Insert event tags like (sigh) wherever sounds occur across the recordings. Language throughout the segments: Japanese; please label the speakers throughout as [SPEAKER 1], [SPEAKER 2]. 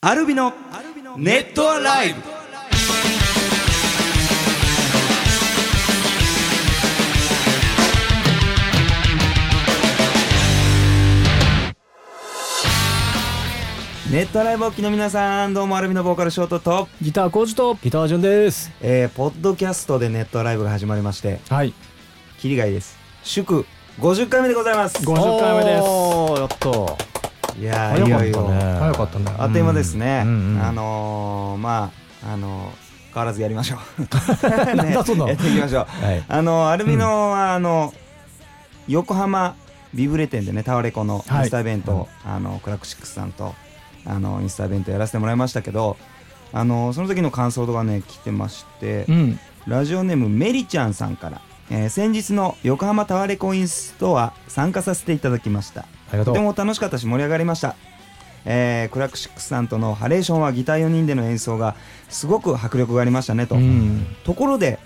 [SPEAKER 1] アルビのネットアライブネットアライブをお聞きの皆さんどうもアルビのボーカルショートと、
[SPEAKER 2] ギター工事とギタージュンです。
[SPEAKER 1] えー、ポッドキャストでネットアライブが始まりまして
[SPEAKER 2] はい。
[SPEAKER 1] キリがいいです祝50回目でございます
[SPEAKER 2] ご50回目です
[SPEAKER 3] おーやった。
[SPEAKER 1] いやー
[SPEAKER 3] 早
[SPEAKER 1] い
[SPEAKER 3] かっ
[SPEAKER 1] よ
[SPEAKER 3] たね
[SPEAKER 1] いよ
[SPEAKER 2] 早かったね
[SPEAKER 1] あっという間ですね、
[SPEAKER 3] うんうん
[SPEAKER 1] あのー、まああのー、変わらずやりましょうね
[SPEAKER 2] (laughs) なんだそんなの
[SPEAKER 1] やっていきましょう
[SPEAKER 3] はい。
[SPEAKER 1] あのアルミノは、あの横浜ビブレ店でねタワレコのイ
[SPEAKER 2] はい
[SPEAKER 1] ンスタイベントを、あのクラクシックスさんとあのインスタイベントやらせてもらいましたけどあのその時の感想とかね来てまして
[SPEAKER 2] うん。
[SPEAKER 1] ラジオネームメリちゃんさんから、えー先日の横浜タワレコインストア参加させていただきました
[SPEAKER 3] ありがと
[SPEAKER 1] とて
[SPEAKER 3] う。
[SPEAKER 1] も楽しかったし盛り上がりました、えークラクシックスさんとのハレーションはギター4人での演奏がすごく迫力がありましたねと、
[SPEAKER 2] うん。
[SPEAKER 1] ところで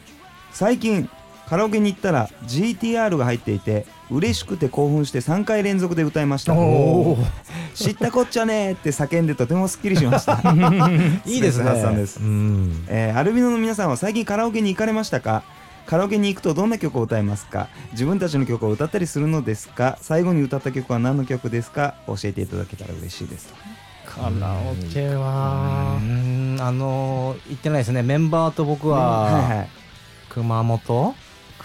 [SPEAKER 1] 最近カラオケに行ったら GTR が入っていて嬉しくて興奮して3回連続で歌いました
[SPEAKER 2] おー
[SPEAKER 1] 知ったこっちゃねーって叫んでとてもすっきりしました
[SPEAKER 3] (laughs) いいですね。
[SPEAKER 1] ハッサンです、
[SPEAKER 3] うん。
[SPEAKER 1] えーアルビノの皆さんは最近カラオケに行かれましたかカラオケに行くとどんな曲を歌いますか自分たちの曲を歌ったりするのですか最後に歌った曲は何の曲ですか教えていただけたら嬉しいですと
[SPEAKER 2] カラオケは
[SPEAKER 3] う。んあのー行ってないですね。メンバーと僕
[SPEAKER 1] はい
[SPEAKER 3] は
[SPEAKER 1] はい
[SPEAKER 3] 熊本。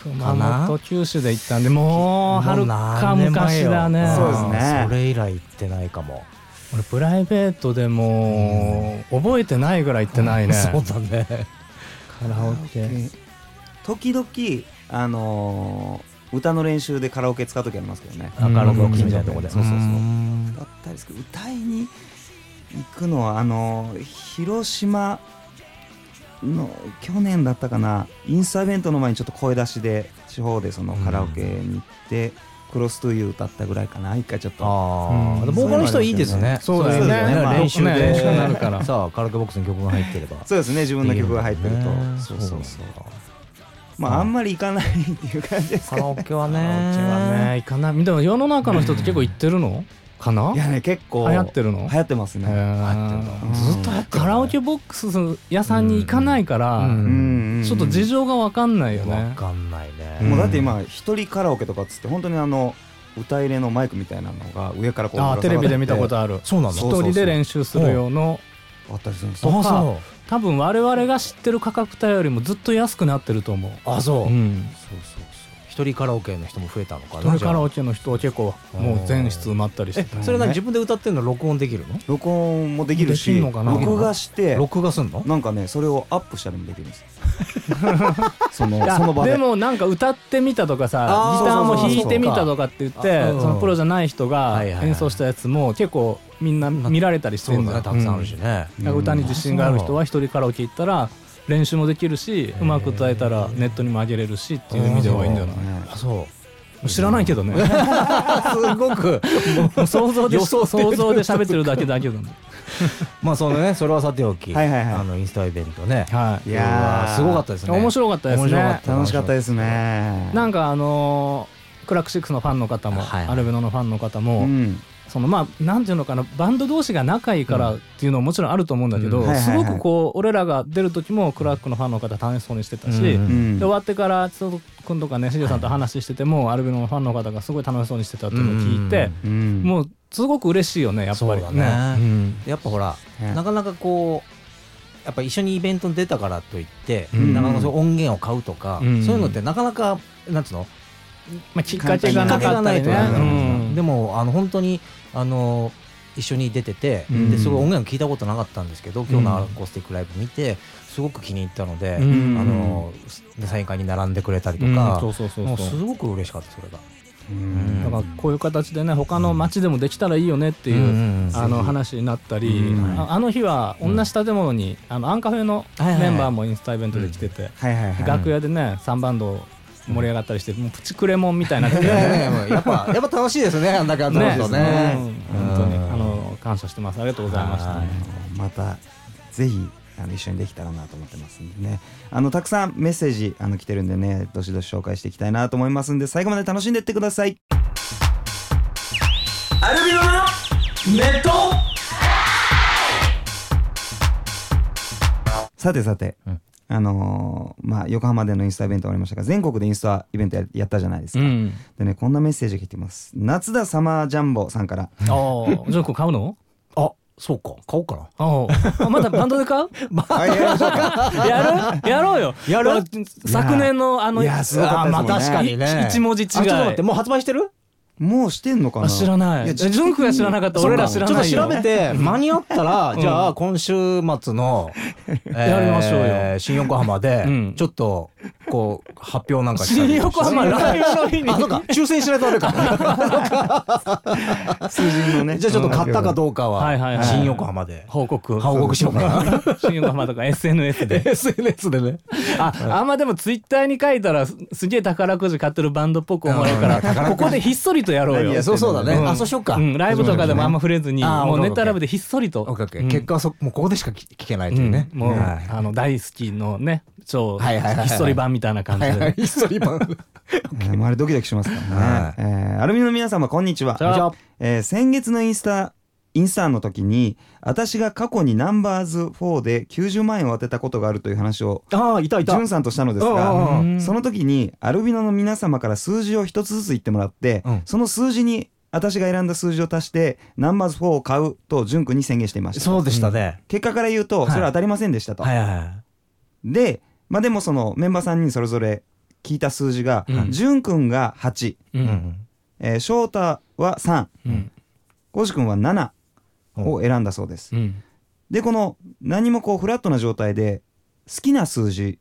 [SPEAKER 2] 熊本九州で行ったんで、もう、はるか昔だね。
[SPEAKER 1] もう何年前よそうですね
[SPEAKER 3] それ以来行ってないかも。
[SPEAKER 2] 俺、プライベートでも、覚えてないぐらい行ってないね。
[SPEAKER 3] (laughs) そうだね。
[SPEAKER 2] カラオケ。
[SPEAKER 1] 時々あのー歌の練習でカラオケ使う時ありますけどね
[SPEAKER 3] カ
[SPEAKER 2] うん
[SPEAKER 3] ラオケボックスみたいなとこで。
[SPEAKER 1] うん
[SPEAKER 3] そうそうそう。
[SPEAKER 1] だったりする歌いに行くのはあの広島の去年だったかなインスタイベントの前にちょっと声出しで地方でその
[SPEAKER 3] うん
[SPEAKER 1] カラオケに行って「クロストゥーユー歌ったぐらいかな一回ちょっと
[SPEAKER 3] ああ、
[SPEAKER 2] うん
[SPEAKER 3] ボーカルの人いいですね。
[SPEAKER 2] そうだよね
[SPEAKER 1] まあ
[SPEAKER 3] 練習で
[SPEAKER 2] ね練習になるから
[SPEAKER 3] (laughs) さあ、カラオケボックスに曲が入ってれば。
[SPEAKER 1] そうですね自分の曲が入ってると、
[SPEAKER 3] ね
[SPEAKER 1] そうそうそう
[SPEAKER 3] か
[SPEAKER 1] まああんまり行かないっていう感じです
[SPEAKER 3] カ
[SPEAKER 1] か
[SPEAKER 3] ラオケはね。
[SPEAKER 2] カラオケはね、行かない。でも、世の中の人って結構行ってるのかない
[SPEAKER 1] やね結構
[SPEAKER 2] 流行ってるの
[SPEAKER 1] 流行ってます
[SPEAKER 2] へ
[SPEAKER 1] ね、
[SPEAKER 2] ー
[SPEAKER 1] うん
[SPEAKER 3] ずっと流行ってる
[SPEAKER 2] カラオケボックス屋さんに行かないから、
[SPEAKER 3] うん
[SPEAKER 1] うん
[SPEAKER 2] ちょっと事
[SPEAKER 1] 情
[SPEAKER 2] 情が分かんないよ
[SPEAKER 3] わ
[SPEAKER 2] ね。
[SPEAKER 3] かんないね。
[SPEAKER 1] もうだって今一人カラオケとかっつって本当にあの歌入れのマイクみたいなのが上からこう
[SPEAKER 2] ああテレビで見たこと
[SPEAKER 1] あ
[SPEAKER 2] ある。
[SPEAKER 3] そうな
[SPEAKER 1] の
[SPEAKER 3] の
[SPEAKER 1] そ
[SPEAKER 2] 一
[SPEAKER 1] うそう
[SPEAKER 2] 人で練習する用の
[SPEAKER 1] あったりするんですよ
[SPEAKER 2] あ
[SPEAKER 3] そ
[SPEAKER 2] 多分我々が知ってる価格帯よりもずっと安くなってると思う。
[SPEAKER 3] う。あ、そうう。
[SPEAKER 2] ん。
[SPEAKER 3] そうそうそう。一人カラオケの人も増えたのかな。
[SPEAKER 2] 一人
[SPEAKER 3] じゃあ
[SPEAKER 2] カラオケの人は結構もう全室埋まったりして
[SPEAKER 3] え
[SPEAKER 2] た、
[SPEAKER 3] それ何自分で歌ってるの録音できるの
[SPEAKER 1] 録音もできる
[SPEAKER 2] でき
[SPEAKER 1] し
[SPEAKER 2] んのかな
[SPEAKER 1] 録画して
[SPEAKER 3] 録画すんの
[SPEAKER 1] なんかねそれをアップしたりもできるん
[SPEAKER 2] (laughs)
[SPEAKER 1] ですその
[SPEAKER 2] いや
[SPEAKER 1] その場で
[SPEAKER 2] でもなんか歌ってみたとか
[SPEAKER 3] あ
[SPEAKER 2] さ
[SPEAKER 3] ー
[SPEAKER 2] ギター
[SPEAKER 1] そ
[SPEAKER 2] も
[SPEAKER 1] うそう
[SPEAKER 2] 弾
[SPEAKER 1] そう
[SPEAKER 2] いてみたとかって言って
[SPEAKER 3] あ
[SPEAKER 2] そ
[SPEAKER 3] うん
[SPEAKER 2] のプロじゃない人が
[SPEAKER 3] はいはいはい
[SPEAKER 2] 演奏したやつも結構みんな見られたりして
[SPEAKER 3] そ
[SPEAKER 2] る
[SPEAKER 3] うん
[SPEAKER 2] だ
[SPEAKER 3] だ
[SPEAKER 2] よ
[SPEAKER 3] ね、たくさんあるしね。
[SPEAKER 1] うん
[SPEAKER 2] なんか歌に自信がある人は一人カラオケ行ったら練習もできるしうまく歌えたらネットにも上げれるしっていう意味ではいいんじゃない
[SPEAKER 1] ね
[SPEAKER 3] あ、そう。
[SPEAKER 2] 知らないけどね
[SPEAKER 3] すごく。
[SPEAKER 2] もう想像で
[SPEAKER 3] 予想
[SPEAKER 2] 想
[SPEAKER 3] って言ってる
[SPEAKER 2] 像で喋ってるだけだけどね
[SPEAKER 3] まあ、そのね、それはさておき、
[SPEAKER 1] はいはいはい
[SPEAKER 3] あの、インスタイベントね。
[SPEAKER 2] はいい
[SPEAKER 1] やー
[SPEAKER 3] うわすごかったですね。
[SPEAKER 2] 面白かったです
[SPEAKER 3] 面白か
[SPEAKER 2] ね
[SPEAKER 3] っ
[SPEAKER 1] 楽しかったですね
[SPEAKER 2] なんんかあのークラックシックスのファンの方も
[SPEAKER 3] はいはい
[SPEAKER 2] アルベノのファンの方も
[SPEAKER 1] うん
[SPEAKER 2] そのまあなんていうのかなバンド同士が仲いいからっていうのももちろんあると思うんだけ
[SPEAKER 3] う
[SPEAKER 2] ど
[SPEAKER 3] ん
[SPEAKER 1] はいはい
[SPEAKER 2] す
[SPEAKER 1] はい
[SPEAKER 2] ごくこう俺らが出る時もクラックのファンの方楽しそうにしてたし、
[SPEAKER 3] うんうん
[SPEAKER 1] うん
[SPEAKER 2] で終わってからつく君とかねしじさんと話してても、アルビノのファンの方がすごい楽しそうにしてたっていうのを聞いて、
[SPEAKER 1] うん
[SPEAKER 2] もうすごく嬉しいよねやっぱり
[SPEAKER 3] そうだね
[SPEAKER 2] うん
[SPEAKER 3] やっぱほら、
[SPEAKER 1] ね
[SPEAKER 3] なかなかこうやっぱ一緒にイベントに出たからといって、
[SPEAKER 1] うん
[SPEAKER 3] なかなかそう音源を買うとか、
[SPEAKER 2] うん
[SPEAKER 3] そういうのってなかなかなんつうの、
[SPEAKER 2] まあ、きっかけがなかったり
[SPEAKER 3] きっ
[SPEAKER 2] ね
[SPEAKER 3] かけがないと
[SPEAKER 2] う
[SPEAKER 3] ね
[SPEAKER 2] ん
[SPEAKER 3] でもあの本当にあの一緒に出てて、
[SPEAKER 2] うん
[SPEAKER 3] ですごい音源を聞いたことなかったんですけど今日の
[SPEAKER 2] うん
[SPEAKER 3] アコースティックライブ見てすごく気に入ったので、
[SPEAKER 2] うん
[SPEAKER 3] あのサイン会に並んでくれたりと
[SPEAKER 2] うん
[SPEAKER 3] か、
[SPEAKER 2] そうそうそう
[SPEAKER 3] もう
[SPEAKER 2] そう
[SPEAKER 3] すごく嬉しかったそれが。
[SPEAKER 1] うん
[SPEAKER 2] だからこういう形でね他の街でもできたらいいよねっていう、
[SPEAKER 3] うんうんうん
[SPEAKER 2] あの話になったり、
[SPEAKER 1] うん
[SPEAKER 2] ああの日は同じ建物に、あのアンカフェの
[SPEAKER 3] はいはいは
[SPEAKER 2] メ
[SPEAKER 3] い
[SPEAKER 2] ンバーもインスタイベントで来てて、
[SPEAKER 1] はいはいはい
[SPEAKER 2] 楽屋でね3バンド盛り上がったりしてもうプチクレモンみたいになって
[SPEAKER 3] (laughs)
[SPEAKER 2] て
[SPEAKER 3] いやいやいややっぱやっぱ楽しいですねあんだけ集まるとね
[SPEAKER 2] うん本当にあの感謝してますありがとうございました、
[SPEAKER 3] はい
[SPEAKER 1] またぜひあの一緒にできたらなと思ってますんでねあのたくさんメッセージあの来てるんでねどしどし紹介していきたいなと思いますんで最後まで楽しんでいってください
[SPEAKER 2] ネット
[SPEAKER 1] さてさて、
[SPEAKER 3] うん
[SPEAKER 1] あのーまあ、横浜でのインスタイベントがありましたが全国でインスタイベントややったじゃないですか、
[SPEAKER 2] うん
[SPEAKER 1] でねこんなメッセージが来てます夏田サマージャンボさんから
[SPEAKER 2] ああじゃあこれ買うの
[SPEAKER 3] あそうか買おうかな
[SPEAKER 2] ああまたバンドで買う
[SPEAKER 1] あやりましょうか
[SPEAKER 2] (laughs) やろうやろうよ
[SPEAKER 3] やろう
[SPEAKER 2] 昨年のあの
[SPEAKER 1] いやすごかったですもんね
[SPEAKER 2] あまあ確かにね一文字違い
[SPEAKER 3] あちょっと待ってもう発売してる
[SPEAKER 1] もうしてんのかな
[SPEAKER 2] あ知らない
[SPEAKER 1] いや
[SPEAKER 2] えジョン君は知らなかった俺ら知らないよ
[SPEAKER 3] ちょっと調べて間に合ったら、
[SPEAKER 2] ん
[SPEAKER 3] じゃあ今週末の、えー
[SPEAKER 2] (laughs) やりましょう
[SPEAKER 3] 新横浜で、
[SPEAKER 2] うん
[SPEAKER 3] ちょっとこう発表なんかしたり
[SPEAKER 2] 新横浜ライブの日に
[SPEAKER 3] あそうか抽選しないとあ
[SPEAKER 2] (laughs)
[SPEAKER 3] れか
[SPEAKER 1] 数字のね
[SPEAKER 3] じゃあちょっと買ったかどうか
[SPEAKER 2] はいはいは
[SPEAKER 3] はい新横浜で
[SPEAKER 2] 報告
[SPEAKER 3] 報告しようかな
[SPEAKER 2] (laughs) 新横浜とか SNS で
[SPEAKER 3] SNS でね
[SPEAKER 2] ああんまでもツイッターに書いたらすすげえ宝くじ買ってるバンドっぽく思われるか
[SPEAKER 3] うん宝
[SPEAKER 2] らこ
[SPEAKER 3] くじ
[SPEAKER 2] こでひっそりとやろう
[SPEAKER 1] い
[SPEAKER 2] よ
[SPEAKER 1] や
[SPEAKER 3] そうそうだね、
[SPEAKER 2] ん
[SPEAKER 3] あそうしようか、
[SPEAKER 2] うんライブとかでもあんま触れずに
[SPEAKER 3] そういうことね
[SPEAKER 2] もう
[SPEAKER 3] あー
[SPEAKER 2] ネタライブでひっそりと
[SPEAKER 3] オッケーオッケー
[SPEAKER 2] うん
[SPEAKER 3] 結果はそもうここでしか聞聞けないというね、
[SPEAKER 2] うんもう
[SPEAKER 3] はい
[SPEAKER 2] あの大好きのね超
[SPEAKER 3] はいはいはいはい
[SPEAKER 2] ひっそり版みたいな感じ
[SPEAKER 3] はいはい
[SPEAKER 2] で
[SPEAKER 3] ひっそり版
[SPEAKER 1] えー、もうあれドキドキしますからね
[SPEAKER 3] は、
[SPEAKER 1] えーアルミの皆様こんにちは
[SPEAKER 2] こんにちは
[SPEAKER 1] えー先月のインスタインスタの時に私が過去にナンバーズ4で90万円を当てたことがあるという話を
[SPEAKER 3] ああいたい
[SPEAKER 1] ジ
[SPEAKER 3] た
[SPEAKER 1] ュンさんとしたのです
[SPEAKER 3] うん
[SPEAKER 1] が
[SPEAKER 3] うん
[SPEAKER 2] うん
[SPEAKER 1] その時にアルビノの皆様から数字を一つずつ言ってもらって、
[SPEAKER 3] うん
[SPEAKER 1] その数字に私が選んだ数字を足してナンバーズ4を買うとジュン君に宣言していました
[SPEAKER 3] そうでしたね、
[SPEAKER 1] 結果から言うと
[SPEAKER 3] はい
[SPEAKER 1] それは当たりませんでしたと、
[SPEAKER 3] はいはいはい
[SPEAKER 1] でまあでもそのメンバー3人それぞれ聞いた数字が、
[SPEAKER 2] うん
[SPEAKER 1] ジュン君が8、
[SPEAKER 2] うん
[SPEAKER 3] うん
[SPEAKER 1] えー、翔太は3
[SPEAKER 2] うん
[SPEAKER 1] コウジ君は7
[SPEAKER 3] うん
[SPEAKER 1] を選んだそうです、
[SPEAKER 2] うん
[SPEAKER 1] でこの何もこうフラットな状態で好きな数字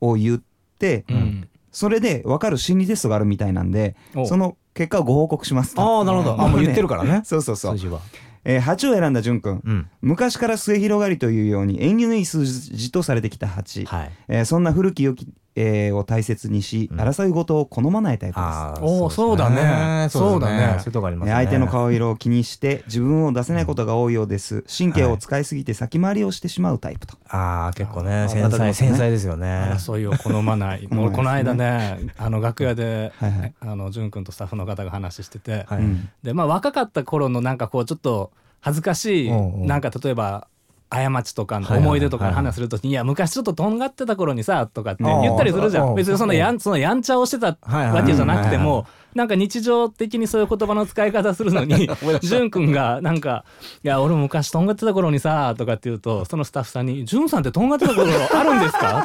[SPEAKER 1] を言って、
[SPEAKER 2] うん
[SPEAKER 1] それで分かる心理テストがあるみたいなんで
[SPEAKER 2] お
[SPEAKER 1] その結果をご報告します
[SPEAKER 3] ああなる
[SPEAKER 1] (laughs)
[SPEAKER 3] ほど、あもう言ってるからね
[SPEAKER 1] そうそうそう
[SPEAKER 3] 数、字は
[SPEAKER 1] えー、8を選んだ淳君
[SPEAKER 3] うん
[SPEAKER 1] 昔から末広がりというように縁起のいい数字とされてきた8、
[SPEAKER 3] はい
[SPEAKER 1] えーそんな古き良き、えーを大切にし、
[SPEAKER 3] うん
[SPEAKER 1] 争い事を好まないタイプです
[SPEAKER 3] あー
[SPEAKER 2] おーそうだね
[SPEAKER 3] そうだ
[SPEAKER 2] そうだね
[SPEAKER 3] ねそういうとこあります
[SPEAKER 1] ね
[SPEAKER 3] ね
[SPEAKER 1] 相手の顔色を気にして自分を出せないことが多いようです神経を使いすぎて先回りをしてしまうタイプと、
[SPEAKER 3] ああ結構ね
[SPEAKER 2] あ
[SPEAKER 3] 繊
[SPEAKER 1] またでもね
[SPEAKER 3] 細繊細ですよね
[SPEAKER 2] 争いを好まない
[SPEAKER 1] まない
[SPEAKER 2] もうこの間ねあの楽屋で
[SPEAKER 1] はいはい
[SPEAKER 2] あの淳君とスタッフの方が話してて
[SPEAKER 3] は
[SPEAKER 1] う
[SPEAKER 3] い
[SPEAKER 1] ん
[SPEAKER 2] でまあ若かった頃のなんかこうちょっと恥ずかしい
[SPEAKER 3] うんうん
[SPEAKER 2] なんか例えば過ちとかの
[SPEAKER 3] はいはいはい
[SPEAKER 2] 思い出とかの話するときに「いや昔ちょっととんがってた頃にさ」とかって
[SPEAKER 3] うん
[SPEAKER 2] 言ったりするじゃ
[SPEAKER 3] うんん
[SPEAKER 2] 別にそのやんそのやんちゃをしてた
[SPEAKER 3] はいはい
[SPEAKER 2] わけじゃなくて
[SPEAKER 3] はい
[SPEAKER 2] もなんか日常的にそういう言葉の使い方するの
[SPEAKER 3] (laughs)
[SPEAKER 2] に潤君がなんか「いや俺昔とんがってた頃にさ」とかって言うとそのスタッフさんに「潤さんってとんがってた頃あるんですか? 」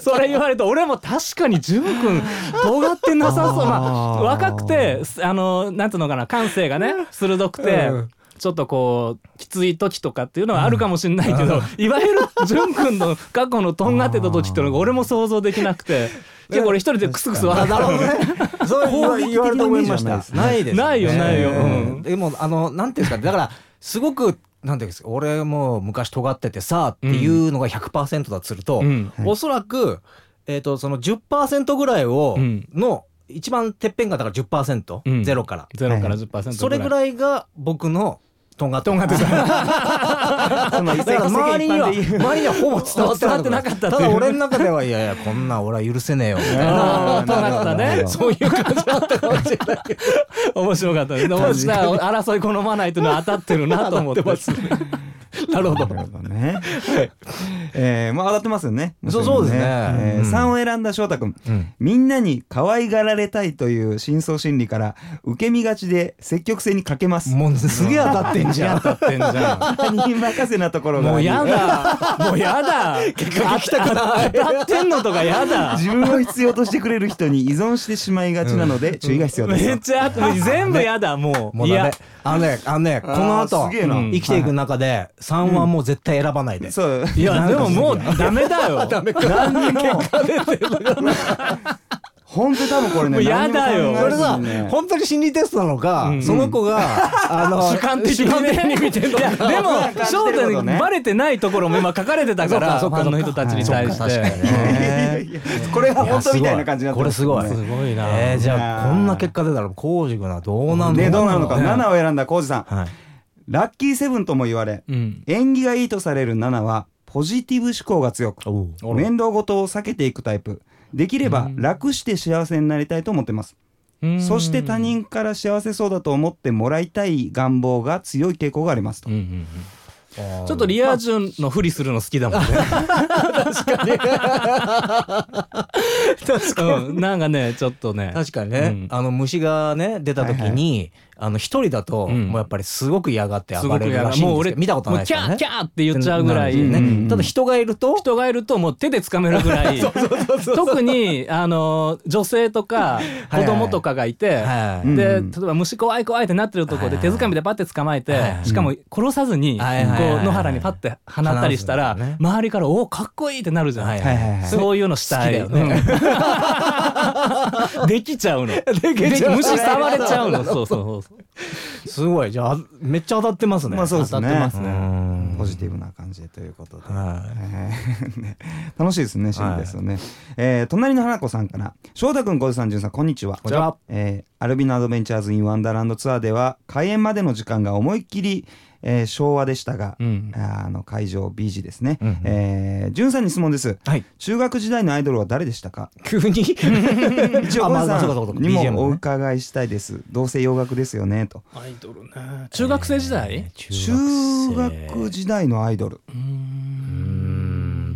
[SPEAKER 2] (laughs) それ言われると俺も確かに潤君とんがってなさそうまあ
[SPEAKER 1] あー
[SPEAKER 2] 若くてあのなんていうのかな感性がね鋭くて、
[SPEAKER 3] うん
[SPEAKER 2] ちょっとこうきつい時とかっていうのはあるかもしれないけど、いわゆる淳君の過去のとんがってた時っていうのが俺も想像できなくて結構俺一人でクスクス笑
[SPEAKER 3] あ
[SPEAKER 2] った
[SPEAKER 3] なるほどね
[SPEAKER 2] (laughs)
[SPEAKER 3] (laughs) そう
[SPEAKER 1] 攻撃的
[SPEAKER 3] 言われると思いまし
[SPEAKER 1] なイメージはない
[SPEAKER 3] た
[SPEAKER 1] ですね
[SPEAKER 3] ないですね
[SPEAKER 2] ないよないようん
[SPEAKER 3] でもあのなんていうんですかねだからすごくなんていうんですか俺もう昔尖っててさっていうのが100%だとすると、
[SPEAKER 2] うん
[SPEAKER 1] はい
[SPEAKER 3] おそらく、えー、とその10%ぐらいを、
[SPEAKER 2] うん
[SPEAKER 3] の一番てっぺんがだから10%、
[SPEAKER 2] うん
[SPEAKER 3] ゼロから
[SPEAKER 2] ゼロから10%ぐらい
[SPEAKER 3] それぐらいが僕のとんがって
[SPEAKER 2] とんがってた
[SPEAKER 1] その
[SPEAKER 3] だ (laughs) から周りには
[SPEAKER 1] 世間一般で言う
[SPEAKER 3] 周りにはほぼ伝わってな
[SPEAKER 2] 伝わってなかった
[SPEAKER 3] た
[SPEAKER 2] っていう
[SPEAKER 3] だ俺の中ではいやいやこんなん俺は許せねえよみたいな
[SPEAKER 2] あーとんがってた
[SPEAKER 1] なる
[SPEAKER 2] ね
[SPEAKER 1] ほど
[SPEAKER 3] そういう感じだったかもしれないけど
[SPEAKER 2] 面白かったです面白い争い好まないというのは当たってるなと思ってなるほど
[SPEAKER 1] なるほどね。えー、まあ当たってますよね。
[SPEAKER 3] そうそうですね
[SPEAKER 1] えー
[SPEAKER 3] うん
[SPEAKER 1] 3を選んだ翔太君。
[SPEAKER 3] うん
[SPEAKER 1] みんなに可愛がられたいという深層心理から受け身がちで積極性に欠けます。
[SPEAKER 3] もうすげえ当たってんじゃん
[SPEAKER 2] 当たってんじゃ
[SPEAKER 1] 他人任せなところ
[SPEAKER 2] ん
[SPEAKER 1] があ
[SPEAKER 2] もう
[SPEAKER 1] り
[SPEAKER 2] やだもうやだ (laughs) 結果きたくない当たってんのとかやだ
[SPEAKER 1] 自分を必要としてくれる人に依存してしまいがちなので注意が必要です。
[SPEAKER 2] めっちゃ
[SPEAKER 3] (laughs)
[SPEAKER 2] 後に全部やだもう
[SPEAKER 3] もう
[SPEAKER 2] い
[SPEAKER 3] だね
[SPEAKER 2] や
[SPEAKER 3] あのねあのねこの
[SPEAKER 1] あーす
[SPEAKER 3] 後
[SPEAKER 1] げえな
[SPEAKER 3] 生きていく中で3はもう絶対選ばないで
[SPEAKER 1] そう。
[SPEAKER 2] いやでももうダメだ
[SPEAKER 3] (laughs)
[SPEAKER 2] よ
[SPEAKER 1] 何にも本当に多分これ
[SPEAKER 2] もう
[SPEAKER 1] ね
[SPEAKER 2] やだ
[SPEAKER 1] 何に
[SPEAKER 2] よ
[SPEAKER 1] も
[SPEAKER 3] こ
[SPEAKER 1] 考え
[SPEAKER 3] れ
[SPEAKER 1] ず
[SPEAKER 3] さ
[SPEAKER 1] にね
[SPEAKER 3] 本当に心理テストなのか
[SPEAKER 2] ん
[SPEAKER 3] その子があの
[SPEAKER 2] 主観的に,、見ていやで
[SPEAKER 3] (laughs)
[SPEAKER 2] も翔太にバレてないところも今書かれてたからフ
[SPEAKER 3] そうか
[SPEAKER 2] ァ
[SPEAKER 3] そ
[SPEAKER 2] ン
[SPEAKER 3] うか
[SPEAKER 2] の人たちに対
[SPEAKER 3] そ
[SPEAKER 2] し
[SPEAKER 3] うか確か
[SPEAKER 2] て (laughs)
[SPEAKER 3] にね
[SPEAKER 1] いやいやこれが本当みたいな感じになって
[SPEAKER 3] これすごい
[SPEAKER 1] ね
[SPEAKER 2] すごいな、
[SPEAKER 3] えー、じゃあ
[SPEAKER 1] いやー
[SPEAKER 3] こんな結果出たら浩二君はどうなんの
[SPEAKER 1] でどうなのか
[SPEAKER 3] ね
[SPEAKER 1] 7を選んだ浩二さん
[SPEAKER 3] はい
[SPEAKER 1] ラッキーセブンとも言われ
[SPEAKER 2] うん
[SPEAKER 1] 縁起がいいとされる7はポジティブ思考が強く
[SPEAKER 3] おう
[SPEAKER 2] おら
[SPEAKER 1] 面倒事を避けていくタイプできれば楽して幸せになりたいと思ってます
[SPEAKER 2] うん
[SPEAKER 1] そして他人から幸せそうだと思ってもらいたい願望が強い傾向がありますと
[SPEAKER 2] うんうんうん
[SPEAKER 3] ちょ
[SPEAKER 2] ちょっとリア充のふりするの好きだもん
[SPEAKER 3] (laughs)
[SPEAKER 2] ね。 (laughs) 確かに。うんなんかね、ちょっとね。
[SPEAKER 3] 確かにね、
[SPEAKER 2] うん
[SPEAKER 3] あの虫がね出た時に、
[SPEAKER 1] はいは
[SPEAKER 3] あの一人だと、
[SPEAKER 2] うん
[SPEAKER 3] もうやっぱりすごく嫌がって
[SPEAKER 2] すご
[SPEAKER 3] 暴
[SPEAKER 2] く
[SPEAKER 3] れる
[SPEAKER 2] や
[SPEAKER 3] ら
[SPEAKER 2] が
[SPEAKER 3] しいん
[SPEAKER 2] もう俺
[SPEAKER 3] ですけど見たことないです
[SPEAKER 2] キ
[SPEAKER 3] よ
[SPEAKER 2] ャ
[SPEAKER 3] ね
[SPEAKER 2] ーキャーって言っちゃうぐらい
[SPEAKER 3] なるんですよね
[SPEAKER 1] うん
[SPEAKER 3] ただ人がいると
[SPEAKER 2] 人がいるともう手で掴めるぐ
[SPEAKER 3] (laughs)
[SPEAKER 2] らい特にあの女性とか
[SPEAKER 3] は
[SPEAKER 2] 子
[SPEAKER 3] い
[SPEAKER 2] 供とかがいて、
[SPEAKER 3] は
[SPEAKER 1] うん
[SPEAKER 2] で例えば虫怖い怖いってなってるところで
[SPEAKER 3] はいはい
[SPEAKER 2] 手掴みでパッて捕まえて、
[SPEAKER 3] はい
[SPEAKER 2] しかも殺さずに、
[SPEAKER 3] はいはいはいはい
[SPEAKER 2] こう野原にパッて放ったりしたら、
[SPEAKER 3] 放すんだよね
[SPEAKER 2] 周りから「おおかっこいい!」ってなるじゃない、
[SPEAKER 3] い
[SPEAKER 1] はいはいはい
[SPEAKER 2] そういうのしたい
[SPEAKER 3] 好きだよね
[SPEAKER 2] うんできちゃうの
[SPEAKER 3] (laughs)
[SPEAKER 2] で
[SPEAKER 3] きちゃう
[SPEAKER 2] 虫触れちゃうのそうそうそうそう
[SPEAKER 3] (laughs) すごいじゃあめっちゃ当たってますね、
[SPEAKER 1] まあそうですね
[SPEAKER 3] 当たってます
[SPEAKER 1] う
[SPEAKER 3] ね
[SPEAKER 1] ポジティブな感じということで、
[SPEAKER 3] はい
[SPEAKER 1] えーね楽しいですね、シーンですよね。えー隣の花子さんから、翔太君、小路さん、じゅんさん、こんにちは。
[SPEAKER 3] こんにちは
[SPEAKER 1] えーアルビノアドベンチャーズ・イン・ワンダーランドツアーでは、開演までの時間が思いっきり、えー昭和でしたが、
[SPEAKER 2] うん
[SPEAKER 1] あの会場 B 時ですね。
[SPEAKER 3] うんうん
[SPEAKER 1] えーじゅんさんに質問です。
[SPEAKER 3] はい
[SPEAKER 1] 中学時代のアイドルは誰でした
[SPEAKER 3] (laughs)
[SPEAKER 1] か
[SPEAKER 3] 急に
[SPEAKER 1] 一応
[SPEAKER 3] あ
[SPEAKER 1] 小
[SPEAKER 3] まあ
[SPEAKER 1] 路さ
[SPEAKER 3] そうかそうか
[SPEAKER 1] んに
[SPEAKER 3] BGM ね
[SPEAKER 1] もお伺いしたいです。どうせ洋楽ですよね、と。
[SPEAKER 2] アイドルね中学生時代、
[SPEAKER 1] 中学時代のアイドル。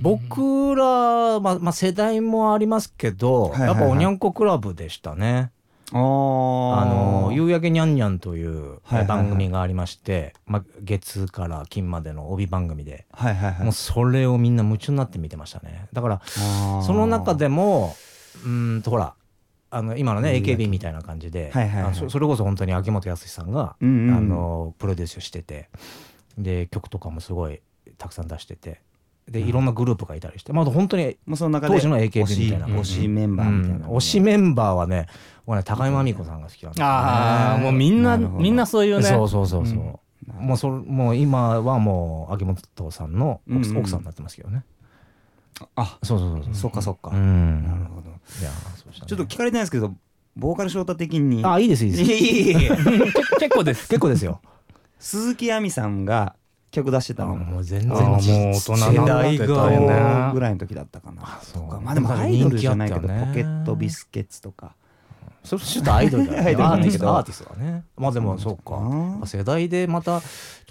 [SPEAKER 3] 僕ら、まあまあ、世代もありますけ
[SPEAKER 1] は
[SPEAKER 3] ど、
[SPEAKER 1] いはいはい
[SPEAKER 3] やっぱおにゃんこクラブでしたね。
[SPEAKER 1] あー
[SPEAKER 3] あの夕焼けにゃんにゃんという
[SPEAKER 1] はいはいはい
[SPEAKER 3] 番組がありまして、まあ、月から金までの帯番組で、
[SPEAKER 1] はいはいはい
[SPEAKER 3] もう。それをみんな夢中になって見てましたねだから
[SPEAKER 1] あー
[SPEAKER 3] その中でもうーんとほらあの今のね
[SPEAKER 1] 夕焼け
[SPEAKER 3] AKB みたいな感じで、
[SPEAKER 1] はいはいはい
[SPEAKER 3] あそそれこそ本当に秋元康さんが、
[SPEAKER 1] うんうんうん
[SPEAKER 3] あのプロデュースしててで曲とかもすごいたくさん出しててでいろんなグループがいたりして、まあ、本当に
[SPEAKER 1] もうその中で
[SPEAKER 3] 当時の AKB
[SPEAKER 1] 推し
[SPEAKER 3] みたいな
[SPEAKER 1] 推しメンバーみたいな、
[SPEAKER 3] うん推しメンバーはね俺ね高山美子さんが好きなんですよね
[SPEAKER 2] ああ、もうみんな、
[SPEAKER 1] なるほど
[SPEAKER 2] みんなそういうね。
[SPEAKER 3] そうそうそうそうう、
[SPEAKER 2] ん
[SPEAKER 3] もうそれもう今はもう秋元さんの奥,、
[SPEAKER 1] うんうん
[SPEAKER 3] さんになってますけどね
[SPEAKER 1] あ
[SPEAKER 3] そうそうそう
[SPEAKER 1] そうっかそっか、
[SPEAKER 3] うん
[SPEAKER 1] なるほど
[SPEAKER 3] いやーそうでしたね
[SPEAKER 1] ちょっと聞かれてないですけどボーカル翔太的に
[SPEAKER 3] あいいですいい
[SPEAKER 1] い
[SPEAKER 3] で
[SPEAKER 1] えい
[SPEAKER 3] (laughs) す
[SPEAKER 1] えいえ
[SPEAKER 2] 結構です。
[SPEAKER 3] 結構ですよ
[SPEAKER 1] 鈴木亜美さんが曲出してたの
[SPEAKER 3] う全
[SPEAKER 2] あもう大人に
[SPEAKER 1] 世
[SPEAKER 2] なっ
[SPEAKER 1] 代
[SPEAKER 2] てた
[SPEAKER 3] よね
[SPEAKER 1] がぐらいの時だったかな
[SPEAKER 3] そう
[SPEAKER 1] とかまあでもアイドルじゃないけど、
[SPEAKER 3] 人気あったよね
[SPEAKER 1] ポケットビスケッツとか
[SPEAKER 3] それちょっとアイドルだよ
[SPEAKER 1] アイ
[SPEAKER 3] ね
[SPEAKER 1] ドル
[SPEAKER 3] (laughs) ア
[SPEAKER 1] なんだけど
[SPEAKER 3] ーティストアーティストだねまあでもそう
[SPEAKER 1] そうなんだ
[SPEAKER 3] か
[SPEAKER 1] な
[SPEAKER 3] 世代でまたち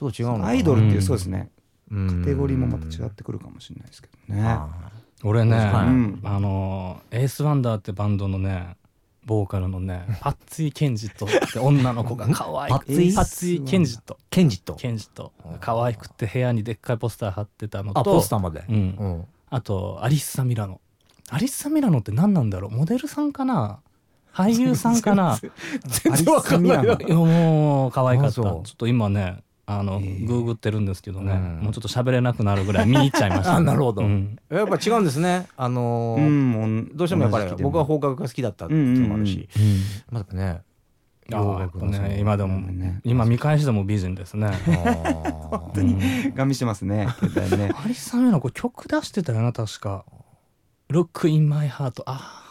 [SPEAKER 3] ょっと違うのかな
[SPEAKER 1] アイドルっていうそうですね
[SPEAKER 3] うん
[SPEAKER 1] カテゴリーもまた違ってくるかもしれないですけどね
[SPEAKER 3] あ
[SPEAKER 2] 俺ね、
[SPEAKER 3] はい
[SPEAKER 1] うん
[SPEAKER 2] あのー、エースワンダーってバンドのね、ボーカルの
[SPEAKER 3] (laughs)
[SPEAKER 2] ね、パッツィ・ケンジットって女の子が可愛い。
[SPEAKER 3] パッツィ
[SPEAKER 2] パッツィ・ケンジット。
[SPEAKER 3] ーケンジット
[SPEAKER 2] ケンジット。可愛くて部屋にでっかいポスター貼ってたのと、
[SPEAKER 3] あポスターまで
[SPEAKER 2] うん
[SPEAKER 3] うん
[SPEAKER 2] あと、アリッサ・ミラノ。アリッサ・ミラノって何なんだろうモデルさんかな俳優さんか
[SPEAKER 3] (laughs)
[SPEAKER 2] な
[SPEAKER 1] 全然わかんないわ
[SPEAKER 2] いやもう可愛かっ
[SPEAKER 3] あ
[SPEAKER 2] たち
[SPEAKER 3] そ
[SPEAKER 2] ょ
[SPEAKER 3] う
[SPEAKER 2] っと今ねあの、
[SPEAKER 1] ええ
[SPEAKER 2] グーグってるんですけどね、
[SPEAKER 3] うん
[SPEAKER 2] もうちょっと喋れなくなるぐらい見に行っちゃいました、
[SPEAKER 3] (laughs) あなるほど
[SPEAKER 2] うん
[SPEAKER 3] やっぱ違うんですねあの
[SPEAKER 1] う
[SPEAKER 3] ー
[SPEAKER 1] んもう
[SPEAKER 3] どうしてもやっぱ
[SPEAKER 1] 同じ時
[SPEAKER 3] り
[SPEAKER 1] 期で
[SPEAKER 3] 僕は邦楽が好きだったっていうのもあるしまだね
[SPEAKER 2] あーやっぱね今でも、
[SPEAKER 1] ね
[SPEAKER 2] 今見返しても美人 (laughs) ですね
[SPEAKER 3] 本当に
[SPEAKER 1] ガミしてますね携帯ね
[SPEAKER 2] アリサメのこれ曲出してたよな確か「Look in my heart」あ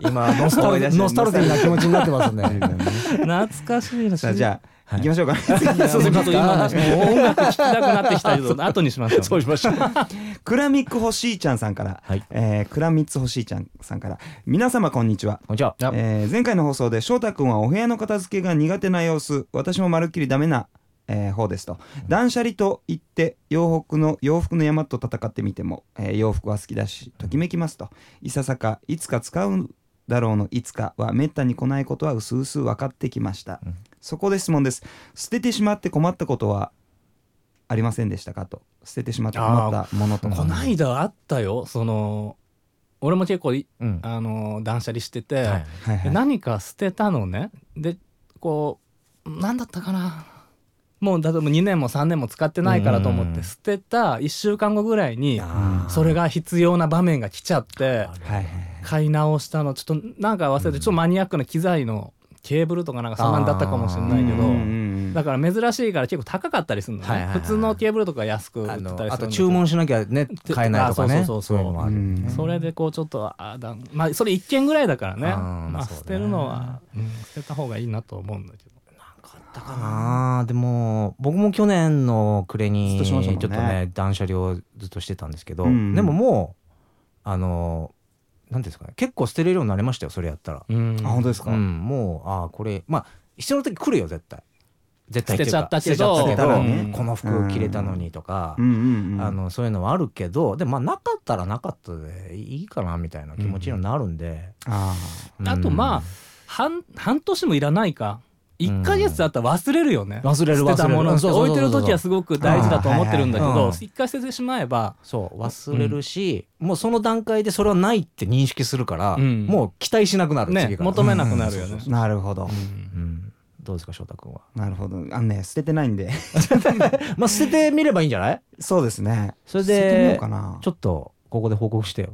[SPEAKER 3] 今ノスタ
[SPEAKER 1] 思い
[SPEAKER 3] ル
[SPEAKER 1] 出した
[SPEAKER 3] ノスタルジーな気持ちになってますね
[SPEAKER 2] ー懐かしいな
[SPEAKER 1] さあじゃあ、
[SPEAKER 3] はい
[SPEAKER 1] 行きましょうか次
[SPEAKER 2] そうそうちょっと今ねもう音楽聴きたくなってきたけど後にしましょう
[SPEAKER 3] そうしましょう
[SPEAKER 1] クラミックほしーちゃんさんから、
[SPEAKER 3] (laughs) はい
[SPEAKER 1] えークラミッツほしーちゃんさんから皆様こんにちは、
[SPEAKER 3] こんにちは
[SPEAKER 1] えー前回の放送で翔太君はお部屋の片付けが苦手な様子私もまるっきりダメな、えー方ですと断捨離と言って洋服の洋服の山と戦ってみても、えー洋服は好きだしときめきますといささかいつか使うだろうのいつかはめったに来ないことはうすうす分かってきました、
[SPEAKER 3] うん
[SPEAKER 1] そこで質問です捨ててしまって困ったことはありませんでしたかと捨ててしまって困ったものとか
[SPEAKER 2] (laughs) こないだあったよその俺も結構い
[SPEAKER 3] うん
[SPEAKER 2] あの断捨離してて、
[SPEAKER 3] はい
[SPEAKER 1] はい
[SPEAKER 2] で何か捨てたのねでこう何だったかなもう例えば2年も3年も使ってないからと思っ
[SPEAKER 3] うん
[SPEAKER 2] て捨てた1週間後ぐらいに
[SPEAKER 3] あー
[SPEAKER 2] それが必要な場面が来ちゃっ
[SPEAKER 1] はい
[SPEAKER 2] て
[SPEAKER 1] はい
[SPEAKER 2] 買い直したのちょっとなんか忘れて、ちょっとマニアックな機材のケーブルとかなんかそんなんだったかもしれない
[SPEAKER 1] うん
[SPEAKER 2] け
[SPEAKER 1] うん
[SPEAKER 2] ど。
[SPEAKER 1] うん
[SPEAKER 2] だから珍しいから結構高かったりするのね、
[SPEAKER 3] はいはいはい
[SPEAKER 2] 普通のケーブルとか安く売ってた
[SPEAKER 3] あ
[SPEAKER 2] りするん
[SPEAKER 3] の
[SPEAKER 2] だけど
[SPEAKER 3] あと注文しなきゃね
[SPEAKER 2] て
[SPEAKER 3] 買えないとかね
[SPEAKER 2] あそうそうそうそう
[SPEAKER 3] いうのもあるよね
[SPEAKER 2] それでこうちょっとあだんまあそれ一件ぐらいだからね
[SPEAKER 3] あーま
[SPEAKER 2] ま
[SPEAKER 3] あ
[SPEAKER 2] あ、
[SPEAKER 3] そうだね
[SPEAKER 2] 捨てるのは、うん捨てた方がいいなと思うんだけど
[SPEAKER 3] だからなでも僕も去年の暮れ
[SPEAKER 1] ずっ
[SPEAKER 3] に
[SPEAKER 1] とし
[SPEAKER 3] ちょ
[SPEAKER 1] ま
[SPEAKER 3] っ
[SPEAKER 1] したもんね
[SPEAKER 3] とね断捨離をずっとしてたんですけど
[SPEAKER 1] う
[SPEAKER 3] で
[SPEAKER 1] ん
[SPEAKER 3] ももうあの何ですかね結構捨てれるようになりましたよそれやったら
[SPEAKER 2] うん
[SPEAKER 1] あ本当です
[SPEAKER 3] う
[SPEAKER 1] か、
[SPEAKER 3] んもうああこれまあ必要な時来るよ絶対絶対っていうか
[SPEAKER 2] 捨てちゃったけど
[SPEAKER 3] 捨てちゃったけ
[SPEAKER 1] 捨
[SPEAKER 3] ど
[SPEAKER 1] てたらね
[SPEAKER 3] この服着れたのにとか、
[SPEAKER 1] うんうんうん
[SPEAKER 3] あのそういうのはあるけどでもまあなかったらなかったでいいかなみたいな気持ちにはなるんで、
[SPEAKER 1] あ
[SPEAKER 3] うん
[SPEAKER 2] あとまあ半半年もいらないか1か月あったら忘れるよね、
[SPEAKER 3] 忘れる忘れ
[SPEAKER 2] 捨
[SPEAKER 3] る
[SPEAKER 2] てたものって
[SPEAKER 3] うんそうそう
[SPEAKER 2] 置い
[SPEAKER 3] そう
[SPEAKER 2] て
[SPEAKER 3] そう
[SPEAKER 2] る時はすごく大事だと思ってるんだけ
[SPEAKER 3] あーはいはい
[SPEAKER 2] ど
[SPEAKER 3] はい
[SPEAKER 2] 一回捨ててしまえば
[SPEAKER 3] そう忘れるし、もうその段階でそれはないって認識するから、
[SPEAKER 2] うん
[SPEAKER 3] もう期待しなくなる、
[SPEAKER 2] ね
[SPEAKER 3] 次から
[SPEAKER 2] 求めなくなるよね
[SPEAKER 3] うんそうそう
[SPEAKER 1] あなるほど、
[SPEAKER 3] そううんどうですか翔太君は
[SPEAKER 1] なるほどあのね捨ててないんで (laughs)
[SPEAKER 3] まあ捨ててみればいいんじゃない
[SPEAKER 1] そうですね
[SPEAKER 3] それ
[SPEAKER 1] 捨ててみよう
[SPEAKER 3] で
[SPEAKER 1] かな
[SPEAKER 3] ちょっとここで報告してよ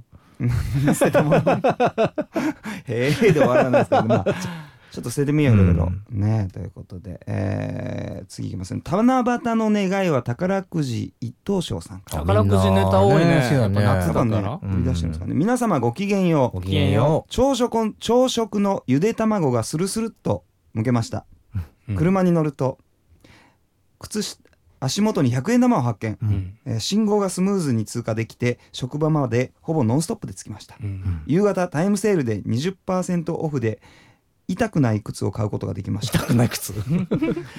[SPEAKER 1] 捨てたもの (laughs) へえで終わらないですけど、まあ、ちょっと捨ててみよういろいろ、ねということで、えー次いきますね「七夕の願いは宝くじ一等賞」さんから
[SPEAKER 2] 宝くじネタ多いね
[SPEAKER 3] みんな好きだね
[SPEAKER 2] やっ
[SPEAKER 1] 夏
[SPEAKER 2] ぱ夏
[SPEAKER 1] が
[SPEAKER 2] だか
[SPEAKER 1] ね
[SPEAKER 2] ら
[SPEAKER 1] 飛び出してるんですかね、皆様ごきげんよう
[SPEAKER 3] ごきげんよ
[SPEAKER 1] 朝食朝食のゆで卵がスルスルっと剥けました、
[SPEAKER 2] うん
[SPEAKER 1] 車に乗ると靴下足元に100円玉を発見、
[SPEAKER 3] う
[SPEAKER 2] うん
[SPEAKER 1] えー信号がスムーズに通過できて職場までほぼノンストップで着きました
[SPEAKER 2] うん
[SPEAKER 1] 夕方タイムセールで20%オフで痛くない靴を買うことができました
[SPEAKER 3] 痛くない靴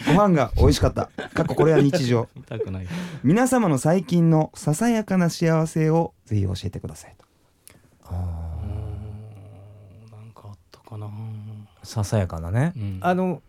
[SPEAKER 1] ご飯が美味しかった過去これは日常
[SPEAKER 2] 痛くない
[SPEAKER 1] 皆様の最近のささやかな幸せをぜひ教えてくださいと
[SPEAKER 2] なんかあったかな
[SPEAKER 3] ささやかなね、
[SPEAKER 2] うん
[SPEAKER 3] あの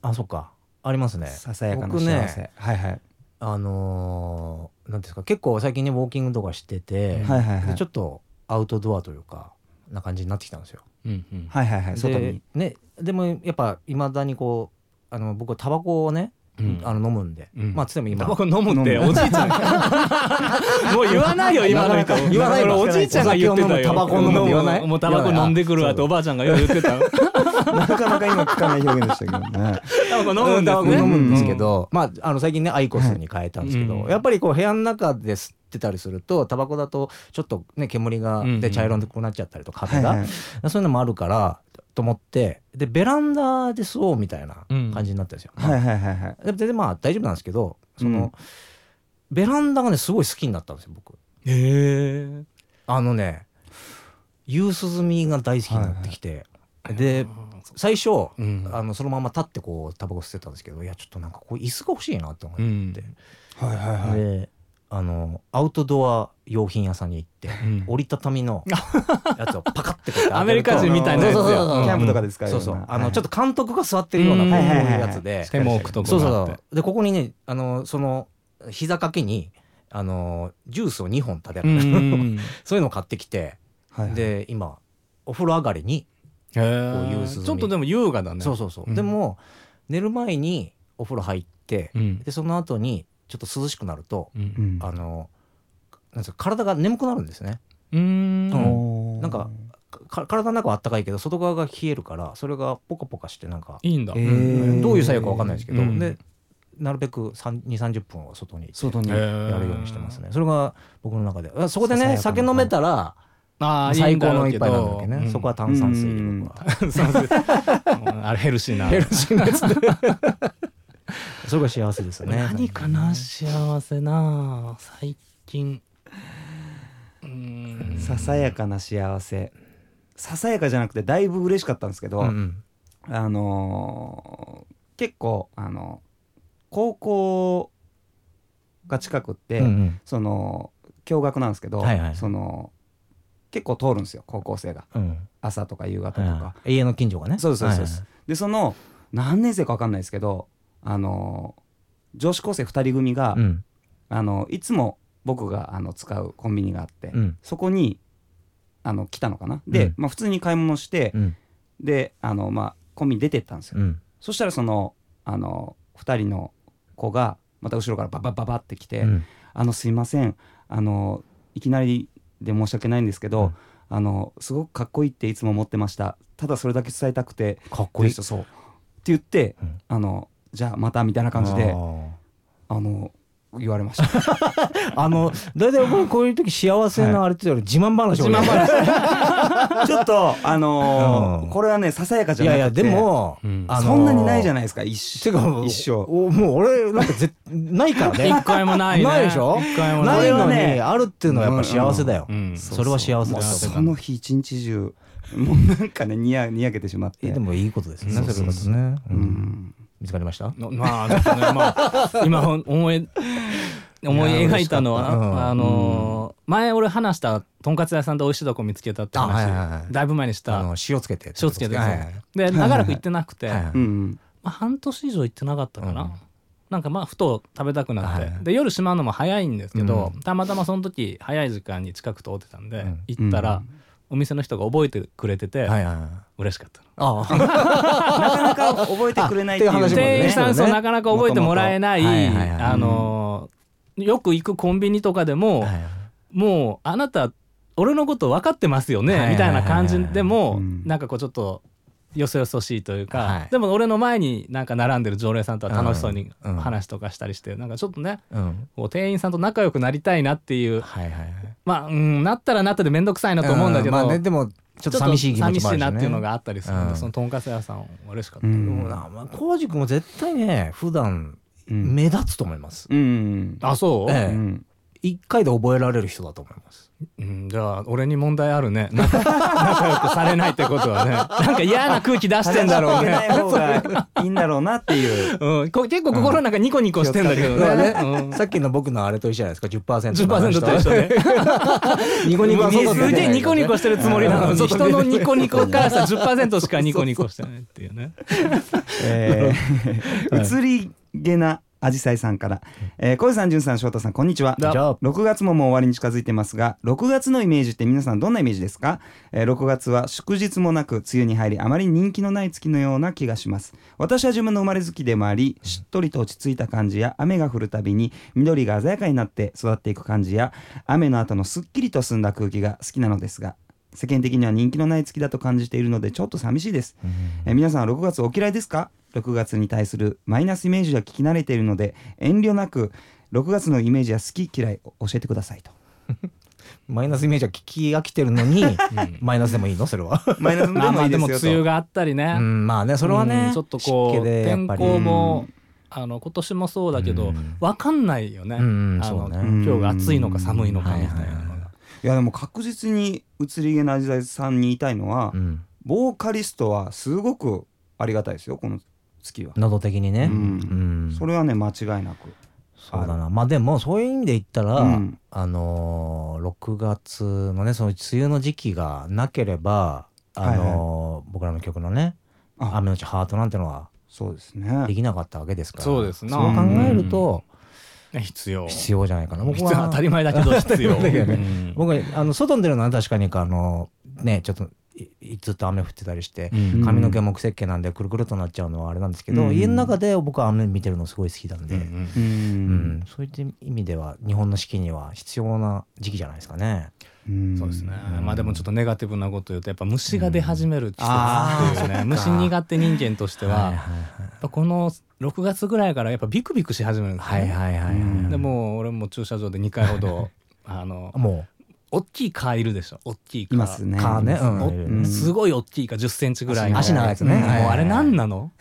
[SPEAKER 3] あそっかありますね
[SPEAKER 1] ささやかな幸
[SPEAKER 3] 僕
[SPEAKER 1] せ、
[SPEAKER 3] ね
[SPEAKER 1] はいはい
[SPEAKER 3] あのーなんていうんですか結構最近ねウォーキングとかしてて、
[SPEAKER 1] はいはいは
[SPEAKER 3] で
[SPEAKER 1] い
[SPEAKER 3] ちょっとアウトドアというかな感じになってきたんですよ
[SPEAKER 2] うんうん
[SPEAKER 1] はいはいはい外
[SPEAKER 3] で
[SPEAKER 1] に、
[SPEAKER 3] ね、でもやっぱいまだにこうあの僕はタバコをね、
[SPEAKER 2] うん
[SPEAKER 3] あの飲むんで、
[SPEAKER 2] うん
[SPEAKER 3] まあつっても今
[SPEAKER 2] タバコ飲むって
[SPEAKER 1] 飲む
[SPEAKER 2] おじいちゃん
[SPEAKER 3] (laughs)
[SPEAKER 2] もう言わないよ今の人
[SPEAKER 3] 言わない
[SPEAKER 2] こ
[SPEAKER 3] よ
[SPEAKER 2] れおじいちゃんが言ってたよ
[SPEAKER 3] タバコ飲むって言わない
[SPEAKER 2] もうタバコ飲んでくるわっておばあちゃんがよう言ってた
[SPEAKER 1] なかなか今聞かない表現でしたけどね
[SPEAKER 2] タバコ飲む
[SPEAKER 3] うんん
[SPEAKER 2] です
[SPEAKER 3] タバコ
[SPEAKER 2] ね
[SPEAKER 3] 飲むんです
[SPEAKER 1] ね
[SPEAKER 3] けど、まああの最近ねアイコスに変えたんですけど、
[SPEAKER 2] うん
[SPEAKER 3] やっぱりこう部屋の中で吸ってたりするとタバコだとちょっとね煙が
[SPEAKER 2] うんう
[SPEAKER 3] で
[SPEAKER 2] ん
[SPEAKER 3] 茶色くなっちゃったりとか
[SPEAKER 1] は
[SPEAKER 3] 壁
[SPEAKER 1] い
[SPEAKER 3] が、
[SPEAKER 1] はい
[SPEAKER 3] そういうのもあるからと思ってでベランダで吸おうみたいな感じになったんですよ。
[SPEAKER 1] はいはいはいはい
[SPEAKER 3] ででまあ大丈夫なんですけどその、
[SPEAKER 1] うん
[SPEAKER 3] ベランダがねすごい好きになったんですよ僕
[SPEAKER 2] へえ
[SPEAKER 3] あのね夕涼みが大好きになってきて、で最初、
[SPEAKER 2] うん
[SPEAKER 3] あのそのまま立ってこうタバコ吸ってたんですけどいやちょっとなんかこう椅子が欲しいなって思って、
[SPEAKER 2] うん
[SPEAKER 1] はいはいはい
[SPEAKER 3] であのアウトドア用品屋さんに行って、
[SPEAKER 2] うん
[SPEAKER 3] 折りたたみのやつをパカってこうやって
[SPEAKER 2] アメリカ人みたいなやつ
[SPEAKER 3] そうそうそうそう
[SPEAKER 2] よ
[SPEAKER 1] キャンプとかで使うよ
[SPEAKER 3] そう
[SPEAKER 1] な
[SPEAKER 3] そうあ
[SPEAKER 1] はいは
[SPEAKER 3] の
[SPEAKER 1] い
[SPEAKER 3] ちょっと監督が座ってるような
[SPEAKER 2] うん
[SPEAKER 3] こういうやつで、
[SPEAKER 2] 手も置くとこ
[SPEAKER 3] そう
[SPEAKER 2] が
[SPEAKER 3] そ
[SPEAKER 2] あ
[SPEAKER 3] う
[SPEAKER 2] って
[SPEAKER 3] そうでここにねあのその膝掛けにあのジュースを2本食べる、
[SPEAKER 2] うん
[SPEAKER 3] (laughs) そういうのを買ってきて、
[SPEAKER 1] はいはい
[SPEAKER 3] で今お風呂上がりに、
[SPEAKER 2] へ
[SPEAKER 3] こう
[SPEAKER 2] え
[SPEAKER 3] いう涼み
[SPEAKER 2] ちょっとでも優雅だね
[SPEAKER 3] そうそうそう、
[SPEAKER 2] うん
[SPEAKER 3] でも寝る前にお風呂入って、
[SPEAKER 2] うん
[SPEAKER 3] でその後にちょっと涼しくなると、
[SPEAKER 2] う
[SPEAKER 1] うんん
[SPEAKER 3] あのなんですか体が眠くなるんですね
[SPEAKER 2] うん
[SPEAKER 3] うん
[SPEAKER 1] おー
[SPEAKER 3] なんかか体の中はあったかいけど外側が冷えるからそれがポカポカしてなんか
[SPEAKER 2] いいんだ
[SPEAKER 1] え
[SPEAKER 2] へ
[SPEAKER 1] ー
[SPEAKER 3] どういう作用かわかんないですけど、
[SPEAKER 2] うん
[SPEAKER 3] でなるべく3 2 3 0分は外に
[SPEAKER 1] 外に
[SPEAKER 2] え
[SPEAKER 3] やるようにしてますね、それが僕の中であそこで
[SPEAKER 1] ささや
[SPEAKER 3] ね
[SPEAKER 1] かな
[SPEAKER 3] 酒飲めたら
[SPEAKER 2] ああいい
[SPEAKER 3] 最
[SPEAKER 2] んだ
[SPEAKER 3] 高
[SPEAKER 2] ろ
[SPEAKER 3] の
[SPEAKER 2] う
[SPEAKER 3] 一
[SPEAKER 2] け
[SPEAKER 3] 杯なんだ
[SPEAKER 2] ど
[SPEAKER 3] けどね、
[SPEAKER 2] うん
[SPEAKER 3] そこは炭酸水僕は
[SPEAKER 2] (laughs) そうそううんあれヘルシーな
[SPEAKER 3] ヘルシーなやつでそれが幸せですよね
[SPEAKER 2] 何かな幸せな最近うーん
[SPEAKER 1] ささやかな幸せささやかじゃなくてだいぶ嬉しかったんですけど、
[SPEAKER 3] うんうん
[SPEAKER 1] あのー結構あの高校が近くって、
[SPEAKER 3] うんうん
[SPEAKER 1] その共学なんですけど、
[SPEAKER 3] はいはい
[SPEAKER 1] その結構通るんですよ高校生が
[SPEAKER 3] うん
[SPEAKER 1] 朝とか夕方と
[SPEAKER 3] はい
[SPEAKER 1] か、
[SPEAKER 3] はい家の近所がね
[SPEAKER 1] そうですそうですそうです、でその何年生か分かんないですけどあのー女子高生2人組が、
[SPEAKER 3] はいはいうん
[SPEAKER 1] あのいつも僕があの使うコンビニがあって、
[SPEAKER 3] うん
[SPEAKER 1] そこにあの来たのかなで、
[SPEAKER 3] うん
[SPEAKER 1] まあ、普通に買い物して、
[SPEAKER 3] うん
[SPEAKER 1] であの、まあ、コンビニ出てったんですよ、
[SPEAKER 3] うん
[SPEAKER 1] そしたらそのあの2人の子がまた後ろからババババって来て「
[SPEAKER 3] うん
[SPEAKER 1] あのすいませんあのいきなりで申し訳ないんですけど、
[SPEAKER 3] うん
[SPEAKER 1] あのすごくかっこいいっていつも思ってましたただそれだけ伝えたくて
[SPEAKER 3] かっ
[SPEAKER 1] こ
[SPEAKER 3] こいい
[SPEAKER 1] 人そう」って言って、
[SPEAKER 3] うん
[SPEAKER 1] あの「じゃあまた」みたいな感じで
[SPEAKER 3] あ
[SPEAKER 1] あ
[SPEAKER 3] ー
[SPEAKER 1] の言われました
[SPEAKER 3] あの大体僕こういう時幸せのあれっていうより自慢話をね
[SPEAKER 2] 自慢
[SPEAKER 1] ちょっとあのー
[SPEAKER 3] うん
[SPEAKER 1] これはねささやかじ
[SPEAKER 3] い
[SPEAKER 1] ゃな
[SPEAKER 3] や
[SPEAKER 1] くて
[SPEAKER 3] いやでも
[SPEAKER 2] うん
[SPEAKER 3] あの
[SPEAKER 1] そんなにないじゃないですか一
[SPEAKER 3] て
[SPEAKER 1] 緒
[SPEAKER 3] か
[SPEAKER 1] 一緒
[SPEAKER 3] おもう俺なんか絶ないから
[SPEAKER 2] (laughs)
[SPEAKER 3] ね
[SPEAKER 2] 一回もないね
[SPEAKER 3] ないでしょ
[SPEAKER 2] 一回も
[SPEAKER 3] (laughs) な
[SPEAKER 2] ないい
[SPEAKER 1] こ
[SPEAKER 3] の
[SPEAKER 1] れは
[SPEAKER 3] に
[SPEAKER 1] ね
[SPEAKER 3] あるっていうのはやっぱ幸せだよ、
[SPEAKER 2] うん
[SPEAKER 3] それは幸せ
[SPEAKER 1] も
[SPEAKER 3] だ
[SPEAKER 1] う
[SPEAKER 2] 幸せだ
[SPEAKER 1] その日一日中もうなんかねにやにやけてしまって
[SPEAKER 3] えでもいいことですね
[SPEAKER 1] そうそうそう
[SPEAKER 3] れはね、
[SPEAKER 1] うん
[SPEAKER 3] 見つかりました
[SPEAKER 2] のまあ、ちょっとねまあ、 (laughs) 今ほん思い思い描いたのは、
[SPEAKER 3] いや嬉しかったうん
[SPEAKER 2] あのー前俺話したとんかつ屋さんで美味しいとこ見つけたって話、
[SPEAKER 3] あはいはいはい
[SPEAKER 2] だいぶ前にし
[SPEAKER 3] あ
[SPEAKER 2] た
[SPEAKER 3] の塩つけて
[SPEAKER 2] 塩つけて、
[SPEAKER 3] はいはいはい
[SPEAKER 2] で長らく行ってなくて、
[SPEAKER 3] はいはい
[SPEAKER 1] うんうん
[SPEAKER 2] まあ、半年以上行ってなかったかな、
[SPEAKER 3] うん
[SPEAKER 2] なんかまあふと食べたくなって、
[SPEAKER 3] はい
[SPEAKER 2] で夜しまうのも早いんですけど、
[SPEAKER 3] うん
[SPEAKER 2] たまたまその時早い時間に近く通ってたんで、
[SPEAKER 3] うん
[SPEAKER 2] 行ったら、お店の人が覚えてくれてて、
[SPEAKER 3] はいはいはい
[SPEAKER 2] 嬉しかったの
[SPEAKER 3] ああ
[SPEAKER 1] なかなか覚えてくれないっていう
[SPEAKER 3] あっていう話もね
[SPEAKER 2] 店員さんそうなかなか覚えてもらえない
[SPEAKER 3] 元々はいはいはい
[SPEAKER 2] あのーよく行くコンビニとかでも、
[SPEAKER 3] はいはい
[SPEAKER 2] もうあなた俺のこと分かってますよね、
[SPEAKER 3] はいはい
[SPEAKER 2] み
[SPEAKER 3] はい
[SPEAKER 2] た
[SPEAKER 3] はいい
[SPEAKER 2] な感じでも、
[SPEAKER 1] うん
[SPEAKER 2] なんかこうちょっとよそよそしいというか、
[SPEAKER 3] はい
[SPEAKER 2] でも俺の前になんか並んでる常連さんとは楽しそうに
[SPEAKER 3] うんうん
[SPEAKER 2] 話とかしたりして、なんかちょっとね
[SPEAKER 3] うん
[SPEAKER 2] こう店員さんと仲良くなりたいなっていう
[SPEAKER 3] はいはいはい
[SPEAKER 2] まあ、うん、なったらなったで面倒くさいなと思うんだけど、
[SPEAKER 3] まあねでもちょっと寂しい気持ちもあるしね
[SPEAKER 2] ちょっと寂しいなっていうのがあったりするんで、
[SPEAKER 3] うん
[SPEAKER 2] そのとんかつ屋さん嬉しかった、
[SPEAKER 1] う
[SPEAKER 3] で
[SPEAKER 1] ん
[SPEAKER 3] もなまあ浩司君も絶対ね普段
[SPEAKER 1] うん
[SPEAKER 3] 目立つと思います
[SPEAKER 1] うん
[SPEAKER 2] あそう、
[SPEAKER 1] う
[SPEAKER 3] え
[SPEAKER 1] ん
[SPEAKER 3] 一回で覚えられる人だと思います
[SPEAKER 2] うん、じゃあ俺に問題あるね仲 (laughs) 仲良くされないってことはねなんか嫌な空気出してんだろうね、
[SPEAKER 1] 話しかけない方がいいんだろうなっていう
[SPEAKER 2] うん、こ (laughs) 結構心の中ニコニコしてんだけどね,、うん、
[SPEAKER 3] さっきの僕のあれと一緒じゃないですか10%
[SPEAKER 2] 10%と一緒
[SPEAKER 3] で
[SPEAKER 2] で
[SPEAKER 3] ニコニコ
[SPEAKER 1] そうそう
[SPEAKER 2] すげえニコニコしてるつもりなのに
[SPEAKER 3] うん
[SPEAKER 2] 人のニコニコからしたら10%しかニコニコしてないっていう
[SPEAKER 3] (laughs)
[SPEAKER 2] ね
[SPEAKER 1] え (laughs) ー移りげなアジサイさんから、えー、小路さん、淳さん、翔太さん、こんにちは。
[SPEAKER 3] だじゃあ
[SPEAKER 1] 6月ももう終わりに近づいてますが、6月のイメージって皆さんどんなイメージですか、えー、?6 月は祝日もなく、梅雨に入り、あまり人気のない月のような気がします。私は自分の生まれ月でもあり、しっとりと落ち着いた感じや、雨が降るたびに緑が鮮やかになって育っていく感じや、雨の後のすっきりと澄んだ空気が好きなのですが、世間的には人気のない月だと感じているので、ちょっと寂しいです。えー皆さんは6月お嫌いですか6月に対するマイナスイメージは聞き慣れているので遠慮なく6月のイメージは好き嫌い教えてくださいと
[SPEAKER 3] マイナスイメージは聞き飽きてるのにマイナスでもいいのそれは
[SPEAKER 1] マイナスの
[SPEAKER 2] まあまあ
[SPEAKER 1] で
[SPEAKER 2] で
[SPEAKER 1] も
[SPEAKER 2] も
[SPEAKER 1] いいです
[SPEAKER 2] 梅雨
[SPEAKER 1] よと
[SPEAKER 2] があったりね、
[SPEAKER 3] うんまあねそれは
[SPEAKER 2] う
[SPEAKER 3] ね
[SPEAKER 2] んちょっとこ
[SPEAKER 3] 湿
[SPEAKER 2] う
[SPEAKER 3] 気でやっ
[SPEAKER 2] 天
[SPEAKER 3] ぱり
[SPEAKER 2] 候もあの今年もそうだけ
[SPEAKER 3] う
[SPEAKER 2] ど
[SPEAKER 3] ん
[SPEAKER 2] わかんないよねあ
[SPEAKER 3] うん
[SPEAKER 2] の
[SPEAKER 3] そうね
[SPEAKER 2] 今日が暑いのか寒いのかみたい
[SPEAKER 3] はい
[SPEAKER 2] な
[SPEAKER 3] はい
[SPEAKER 2] の
[SPEAKER 3] はい
[SPEAKER 2] が
[SPEAKER 1] いやでも確実に移り気な時代さんに言いたいのは、
[SPEAKER 3] うん
[SPEAKER 1] ボーカリストはすごくありがたいですよこの月は、
[SPEAKER 3] 喉的にね
[SPEAKER 1] うん
[SPEAKER 3] うん
[SPEAKER 1] それはね間違いなく
[SPEAKER 3] そうだなまあでもそういう意味で言ったら、
[SPEAKER 1] うん
[SPEAKER 3] あのー、6月のねその梅雨の時期がなければあのー僕らの曲のね「
[SPEAKER 1] あ
[SPEAKER 3] 雨のちハート」なんてのは
[SPEAKER 1] そうですね
[SPEAKER 3] できなかったわけですから
[SPEAKER 2] そうですな
[SPEAKER 3] そう考えると
[SPEAKER 2] ね必要
[SPEAKER 3] 必要じゃないかな、僕
[SPEAKER 2] 必要
[SPEAKER 3] は
[SPEAKER 2] (laughs) 当たり前だけど必要
[SPEAKER 3] 当 (laughs) たり前だけど
[SPEAKER 2] うん
[SPEAKER 3] 僕はあの外に出るのは確かにあのねちょっといずっと雨降ってたりして
[SPEAKER 1] ん
[SPEAKER 3] 髪の毛も木石鹸なんでくるくるとなっちゃうのはあれなんですけど、
[SPEAKER 1] うん
[SPEAKER 3] 家の中で僕は雨見てるのすごい好きなんで、
[SPEAKER 1] う
[SPEAKER 3] うんん、そういった意味では日本の四季には必要な時期じゃないですかね。
[SPEAKER 1] うん
[SPEAKER 2] そうですね
[SPEAKER 3] うん
[SPEAKER 2] まあでもちょっとネガティブなこと言うとやっぱ虫が出始める季節
[SPEAKER 1] あ
[SPEAKER 2] っていうね (laughs) 虫苦手人間として
[SPEAKER 3] はい
[SPEAKER 2] はやっぱこの6月ぐらいからやっぱビクビクし始めるんです
[SPEAKER 3] はいは
[SPEAKER 2] よ
[SPEAKER 3] い
[SPEAKER 2] ね
[SPEAKER 3] はいはい
[SPEAKER 1] うん
[SPEAKER 2] でもう俺も駐車場で2回ほどあの
[SPEAKER 3] も
[SPEAKER 2] 大きい蚊いるでしょ大きい
[SPEAKER 1] い
[SPEAKER 2] 蚊
[SPEAKER 1] ますね
[SPEAKER 3] う蚊ね、うん
[SPEAKER 2] お
[SPEAKER 1] うん
[SPEAKER 2] すごい大きいか10センチぐらいの
[SPEAKER 3] 足長いやつね
[SPEAKER 2] うんもう
[SPEAKER 3] はいはいはい
[SPEAKER 2] あれ何なの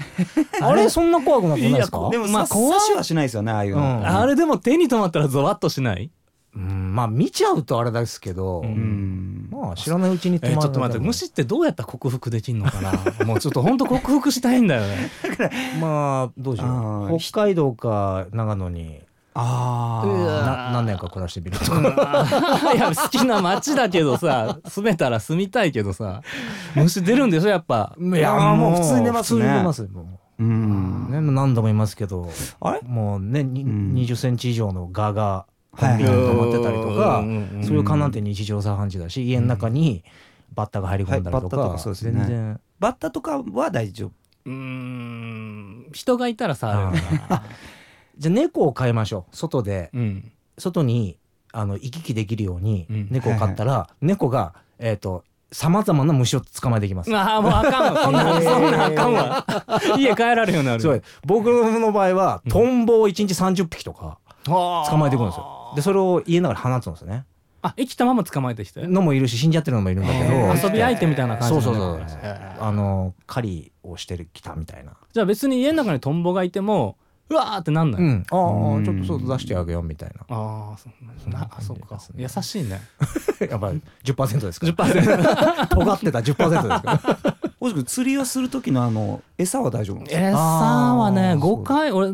[SPEAKER 3] あれそんな怖くなくないです
[SPEAKER 2] い
[SPEAKER 3] か
[SPEAKER 2] やこ
[SPEAKER 1] でも
[SPEAKER 2] ま
[SPEAKER 1] ま
[SPEAKER 2] あ
[SPEAKER 1] あ
[SPEAKER 2] 怖い
[SPEAKER 1] しはしないですよねああいうの、
[SPEAKER 3] うん
[SPEAKER 2] あれでも手に止まったらゾワッとしない
[SPEAKER 3] うんまあ見ちゃうとあれですけど、
[SPEAKER 2] う
[SPEAKER 1] うん
[SPEAKER 3] まあ知らないうちに止ま
[SPEAKER 2] え
[SPEAKER 3] る
[SPEAKER 2] ちょっと待って虫ってどうやったら克服できんのか
[SPEAKER 3] (laughs)
[SPEAKER 2] なもうちょっとほんと克服したいんだよね
[SPEAKER 3] まあどうし
[SPEAKER 1] あ
[SPEAKER 3] よ
[SPEAKER 1] ー
[SPEAKER 3] う北海道か長野に
[SPEAKER 1] あ
[SPEAKER 2] うわ
[SPEAKER 1] あ
[SPEAKER 3] な何年か暮らしてみると
[SPEAKER 2] うん
[SPEAKER 3] か
[SPEAKER 2] (laughs) いや好きな街だけどさ住めたら住みたいけどさ虫出るんでしょやっぱ
[SPEAKER 3] い
[SPEAKER 1] やーもう普通に出ますね
[SPEAKER 3] 普通に出ますも
[SPEAKER 1] う
[SPEAKER 3] う、
[SPEAKER 1] ん
[SPEAKER 3] ね、もう何度も言いますけど
[SPEAKER 1] あれ
[SPEAKER 3] もうねに
[SPEAKER 1] うん
[SPEAKER 3] 20センチ以上のガが
[SPEAKER 1] は
[SPEAKER 3] コ
[SPEAKER 1] い
[SPEAKER 3] ンビニに止まってたりとか、
[SPEAKER 2] うんうんうん
[SPEAKER 3] そういう蚊なんて日常茶飯事だし家の中にバッタが入り込んだりとか,、
[SPEAKER 1] はいバッタとかそうですね
[SPEAKER 3] 全然
[SPEAKER 1] バッタとかは大丈夫
[SPEAKER 2] うーん人がいたらさあるよな
[SPEAKER 3] じゃあ猫を飼いましょう外で
[SPEAKER 2] うん
[SPEAKER 3] 外にあの行き来できるように
[SPEAKER 2] うん
[SPEAKER 3] 猫を飼ったら、猫がえっ、とさまざまな虫を捕まえてきます。
[SPEAKER 2] ああもうあかん
[SPEAKER 3] (laughs)
[SPEAKER 2] わそんなそんなあかんわ家帰られへんようになる
[SPEAKER 3] すごい僕の場合はトンボを1日30匹とか
[SPEAKER 2] 捕
[SPEAKER 3] 捕まえてくるんですよ。でそれを家の中で放つんですよね。
[SPEAKER 2] あ生きたまま捕まえてきて
[SPEAKER 3] のもいるし死んじゃってるのもいるんだけ
[SPEAKER 1] へ
[SPEAKER 3] ど
[SPEAKER 1] ー
[SPEAKER 2] 遊び相手みたいな感じ
[SPEAKER 3] そう
[SPEAKER 2] にな
[SPEAKER 3] そう
[SPEAKER 2] る
[SPEAKER 3] そう
[SPEAKER 2] へー
[SPEAKER 3] あの狩りをしてきたみたいな。
[SPEAKER 2] じゃあ別に家の中にトンボがいてもうわーってなんない、
[SPEAKER 3] うん、あ
[SPEAKER 1] う
[SPEAKER 3] あ
[SPEAKER 1] ん
[SPEAKER 3] ちょっと外出してあげようみたいな
[SPEAKER 2] ああそうなあそうか優
[SPEAKER 3] (laughs)
[SPEAKER 2] しいね
[SPEAKER 3] やっぱり10%ですから
[SPEAKER 2] 10%
[SPEAKER 3] 尖ってた10%ですから
[SPEAKER 1] 大地君釣りをする時のあの餌は大丈夫なんですか
[SPEAKER 2] 餌はね
[SPEAKER 3] あー
[SPEAKER 2] 5回俺、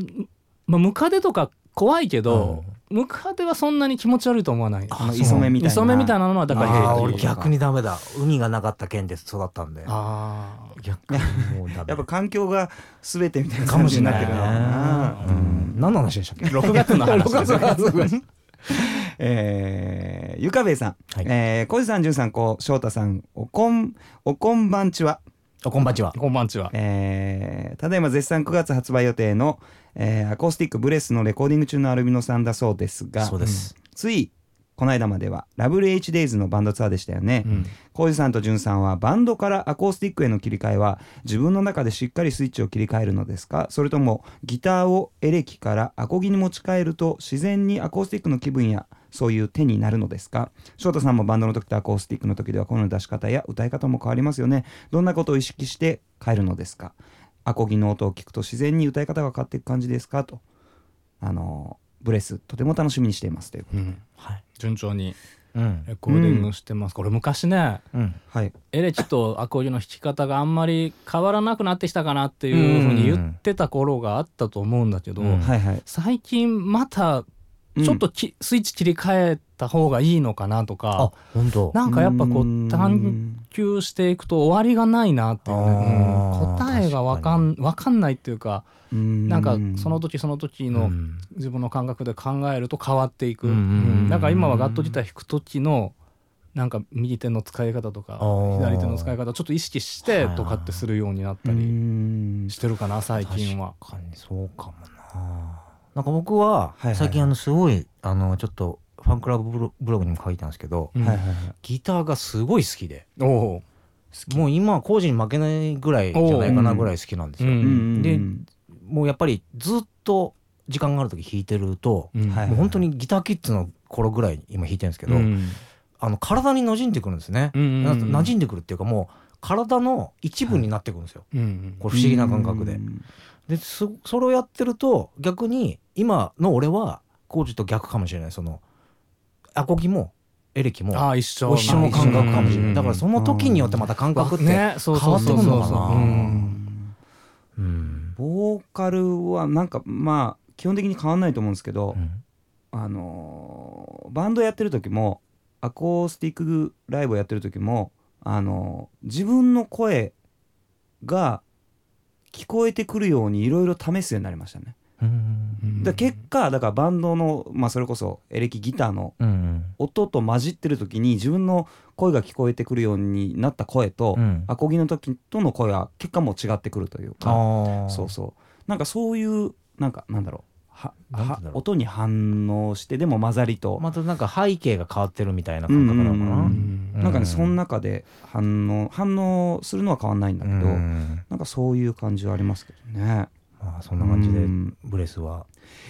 [SPEAKER 2] まあ、ムカデとか怖いけど、ムカデはそんなに気持ち悪いと思わない
[SPEAKER 1] あの磯目みたいな
[SPEAKER 2] 磯目みたいなのはだから
[SPEAKER 3] あ
[SPEAKER 2] 平
[SPEAKER 3] ー
[SPEAKER 2] 気
[SPEAKER 3] 俺逆にダメだ海がなかった県で育ったんで
[SPEAKER 2] あー
[SPEAKER 3] 逆にもう (laughs) ダメ
[SPEAKER 1] やっぱ環境が全てみたいな
[SPEAKER 3] か
[SPEAKER 1] 感
[SPEAKER 3] も
[SPEAKER 1] じ
[SPEAKER 3] しれ
[SPEAKER 1] にな
[SPEAKER 3] な
[SPEAKER 1] っ
[SPEAKER 3] い
[SPEAKER 1] てる
[SPEAKER 3] ね
[SPEAKER 1] のかな、
[SPEAKER 3] うん何の話でしたっけ
[SPEAKER 2] 6月の
[SPEAKER 3] (laughs)
[SPEAKER 2] 話です
[SPEAKER 1] えーゆかべいさん、
[SPEAKER 3] はい
[SPEAKER 1] えー、小路さん、じゅんさん、こう、翔太さん、おこん、おこんばんちは。
[SPEAKER 3] あこんばんちは
[SPEAKER 2] こんばんちは
[SPEAKER 1] えーただいま絶賛9月発売予定の、えーアコースティックブレスのレコーディング中のアルミノさんだそうですが、
[SPEAKER 3] そうです
[SPEAKER 1] つい、この間までは、ラブル h d a y s のバンドツアーでしたよね。
[SPEAKER 2] うん
[SPEAKER 1] 浩二さんと淳さんはバンドからアコースティックへの切り替えは自分の中でしっかりスイッチを切り替えるのですかそれともギターをエレキからアコギに持ち帰ると自然にアコースティックの気分やそういう手になるのですか翔太さんもバンドの時とアコースティックの時では声の出し方や歌い方も変わりますよねどんなことを意識して変えるのですかアコギの音を聞くと自然に歌い方が変わっていく感じですかとあのブレスとても楽しみにしていますという
[SPEAKER 2] うん
[SPEAKER 3] はい
[SPEAKER 2] 順調に
[SPEAKER 3] うん
[SPEAKER 2] レコーディングしてます、これ昔ね
[SPEAKER 3] うん
[SPEAKER 1] はい
[SPEAKER 2] エレキとアコギの弾き方があんまり変わらなくなってきたかなっていうふうに言ってた頃があったと思うんだけど、
[SPEAKER 3] うん
[SPEAKER 1] はいはい
[SPEAKER 2] 最近またちょっとき、スイッチ切り替えた方がいいのかなと
[SPEAKER 3] あ
[SPEAKER 2] か
[SPEAKER 3] 本当
[SPEAKER 2] なんかやっぱ
[SPEAKER 1] う
[SPEAKER 2] こうん探求していくと終わりがないなっていうね、
[SPEAKER 3] あー
[SPEAKER 2] うん答えがわかんわかんないっていうか
[SPEAKER 1] うん
[SPEAKER 2] なんかその時その時の自分の感覚で考えると変わっていく、
[SPEAKER 3] うん
[SPEAKER 2] うんだから今はガットギター弾く時のなんか右手の使い方とか
[SPEAKER 3] あー
[SPEAKER 2] 左手の使い方ちょっと意識してとかってするようになった
[SPEAKER 1] う
[SPEAKER 2] り
[SPEAKER 1] ん
[SPEAKER 2] してるかな最近は。
[SPEAKER 3] 確かにそうかもななんか僕は
[SPEAKER 1] はいはい
[SPEAKER 3] 最近あのすごいあのちょっとファンクラブブロブログにも書いたんですけど
[SPEAKER 2] うん
[SPEAKER 1] はいはいはい
[SPEAKER 3] ギターがすごい好きで
[SPEAKER 2] おお
[SPEAKER 3] もう今は工事に負けないぐらいじゃないかなぐらい好きなんです
[SPEAKER 2] う
[SPEAKER 3] よ
[SPEAKER 2] ん
[SPEAKER 3] でもうやっぱりずっと時間がある時弾いてると
[SPEAKER 2] うん
[SPEAKER 1] はい
[SPEAKER 3] もう本当にギターキッズの頃ぐらいに今弾いてるんですけど、
[SPEAKER 2] うん
[SPEAKER 3] あの体に馴染んでくるんですね、
[SPEAKER 2] うんうんうん
[SPEAKER 3] な馴染んでくるっていうかもう体の一部になってくるんですよ、
[SPEAKER 2] うん
[SPEAKER 3] これ不思議な感覚で,、
[SPEAKER 1] うん
[SPEAKER 3] ですそれをやってると逆に今の俺は工事と逆かもしれないそのアコギもエレキも
[SPEAKER 2] あー一緒
[SPEAKER 3] 一緒の感覚かもしれない、
[SPEAKER 2] うん
[SPEAKER 3] だからその時によってまた感覚って、
[SPEAKER 2] ねそうそうそうそう
[SPEAKER 3] 変わってくんのかな
[SPEAKER 2] うん
[SPEAKER 3] うん
[SPEAKER 1] ボーカルはなんかまあ基本的に変わんないと思うんですけど、
[SPEAKER 3] うん
[SPEAKER 1] あのーバンドやってる時もアコースティックライブをやってる時もあのー自分の声が聞こえてくるようにいろいろ試すようになりましたね。
[SPEAKER 3] うん
[SPEAKER 1] だから結果だからバンドの、まあ、それこそエレキギターの
[SPEAKER 3] うん
[SPEAKER 1] 音と混じってる時に自分の声が聞こえてくるようになった声と、
[SPEAKER 3] うん
[SPEAKER 1] アコギの時との声は結果もう違ってくるというか
[SPEAKER 3] ああ
[SPEAKER 1] そうそうなんかそういうなんかなんだろうは
[SPEAKER 3] なんて
[SPEAKER 1] は
[SPEAKER 3] だろう
[SPEAKER 1] 音に反応してでも混ざりと、
[SPEAKER 3] またなんか背景が変わってるみたいな感覚なのかな、
[SPEAKER 1] う
[SPEAKER 2] うん
[SPEAKER 1] なんか
[SPEAKER 3] う
[SPEAKER 1] ね
[SPEAKER 3] ん
[SPEAKER 1] その中で反応反応するのは変わんないんだけど、
[SPEAKER 3] うん
[SPEAKER 1] なんかそういう感じはありますけどね。
[SPEAKER 3] まあそんな感じで、
[SPEAKER 1] うん
[SPEAKER 3] ブレスは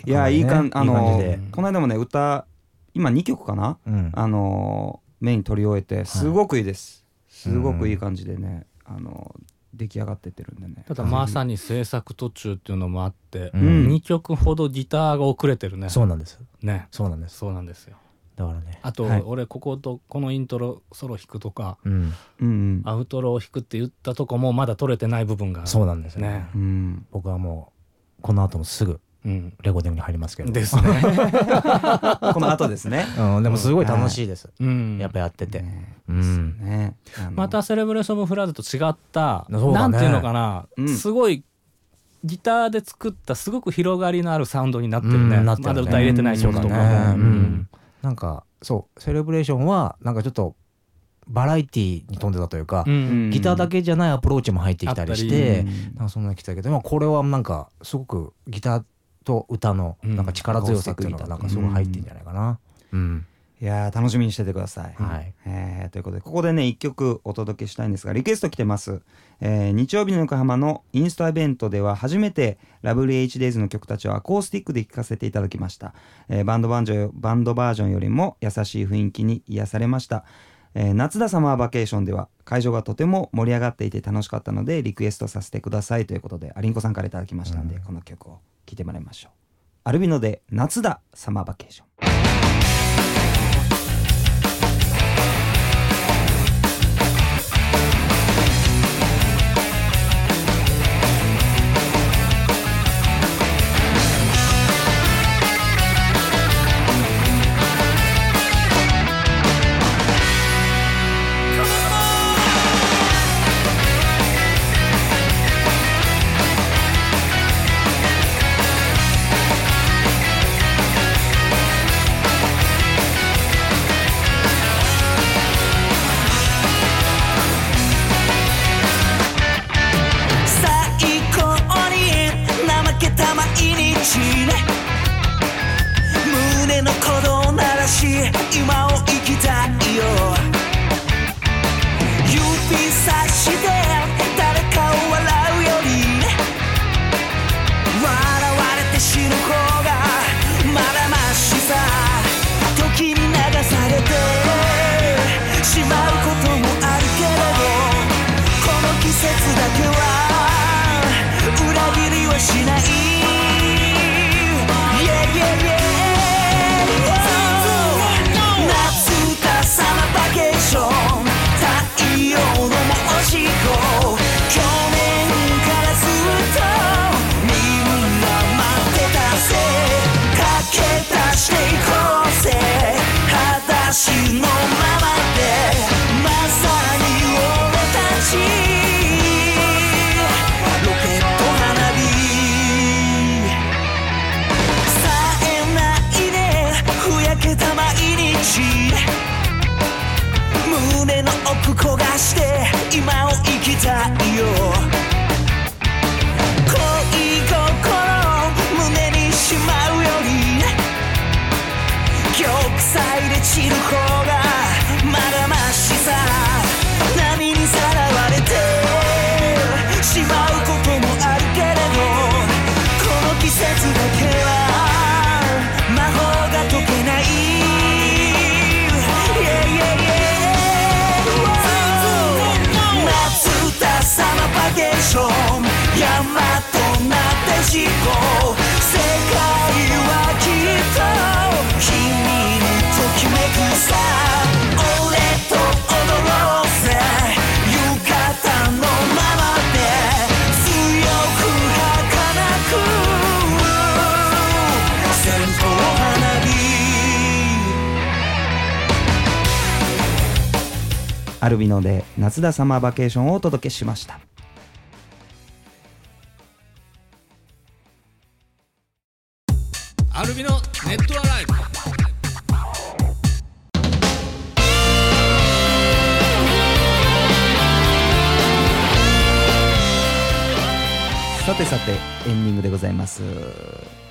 [SPEAKER 3] い
[SPEAKER 1] やいいかんあの
[SPEAKER 3] いい感じで
[SPEAKER 1] この間もね歌今2曲かな
[SPEAKER 3] うん
[SPEAKER 1] あのーメイン取り終えてすごくいいです、すごくいい感じでね、あのー出来上がってってるんでね
[SPEAKER 2] ただまさに制作途中っていうのもあって、
[SPEAKER 3] う
[SPEAKER 2] 二
[SPEAKER 3] ん
[SPEAKER 2] 2曲ほどギターが遅れてるね
[SPEAKER 3] そうなんです
[SPEAKER 2] ね
[SPEAKER 3] そうなんです
[SPEAKER 2] そうなんですよ
[SPEAKER 3] だからね
[SPEAKER 2] あと、
[SPEAKER 1] はい
[SPEAKER 2] 俺こことこのイントロソロ弾くとか
[SPEAKER 3] うん
[SPEAKER 1] うん
[SPEAKER 2] アウトロを弾くって言ったとこもまだ取れてない部分が
[SPEAKER 3] そうなんです
[SPEAKER 2] う
[SPEAKER 3] よ
[SPEAKER 2] ね
[SPEAKER 3] ね、
[SPEAKER 1] うん、うん、
[SPEAKER 3] 僕はもうこの後もすぐ
[SPEAKER 2] うん、
[SPEAKER 3] レコーディングに入りますけど
[SPEAKER 2] ですね、
[SPEAKER 1] この後ですね
[SPEAKER 3] (laughs) うんでもすごい楽しいです、
[SPEAKER 2] うん、
[SPEAKER 3] やっぱやってて、
[SPEAKER 1] ね
[SPEAKER 3] うん
[SPEAKER 1] ねあの
[SPEAKER 2] またセレブレーション・オブ・フラーズと違った、
[SPEAKER 3] そう
[SPEAKER 2] な
[SPEAKER 3] だね
[SPEAKER 2] んていうのかな、
[SPEAKER 1] うん
[SPEAKER 2] すごいギターで作ったすごく広がりのあるサウンドになってるね,、
[SPEAKER 3] うんなってる
[SPEAKER 2] まだ
[SPEAKER 3] ね
[SPEAKER 2] 歌入れてない曲とか
[SPEAKER 3] そうだ
[SPEAKER 2] も、
[SPEAKER 3] ねうんなんかそうセレブレーションはなんかちょっとバラエティーに富んでたというか、
[SPEAKER 2] うん
[SPEAKER 3] ギターだけじゃないアプローチも入ってきたり
[SPEAKER 2] で
[SPEAKER 3] して、
[SPEAKER 1] うん
[SPEAKER 3] なんかそんなの来たけど、まあ、これはなんかすごくギターと歌のなんか力強さっていうのがなんかすごい入ってんじゃないかな。うん、
[SPEAKER 1] いやー楽しみにしててください、
[SPEAKER 3] はい。
[SPEAKER 1] えーということでここでね1曲お届けしたいんですがリクエスト来てます、えー日曜日の横浜のインスタイベントでは初めてラブリー HDays の曲たちをアコースティックで聴かせていただきました、えーバンドバンジョバンドバージョンよりも優しい雰囲気に癒されました、えー夏田サマーバケーションでは会場がとても盛り上がっていて楽しかったのでリクエストさせてくださいということでアリンコさんからいただきましたんで、この曲を聴いてもらいましょうアルビノで夏田サマーバケーション
[SPEAKER 4] 「夏だし今を生きたいよ指差して誰かを笑うより笑われて死ぬ方がまだマシさ時に流されてしまうこともあるけれどこの季節だけは裏切りはしない Yeah, yeah, yeah. 夏だサマーバケーション太陽の申し子去年からずっとみんな待ってたぜ駆け出していこうぜ裸足のままでまさに俺たちロケット花火冴えないねふやけた毎日胸の奥焦がして今を生きたいよ恋心胸にしまうより玉砕で散る方がまだましさ波にさらわれてしまうこともあるけれどこの季節だけは魔法が解けない Yeah, yeah, yeah. Wow. 夏だサマーバケーション山となって事故世界はきっと君にときめくさ俺と踊ろうぜ浴衣のままで強く儚く線香花火
[SPEAKER 1] アルビノで夏だサマーバケーションをお届けしました
[SPEAKER 5] アルビのネットアライブ
[SPEAKER 1] さてさてエンディングでございます、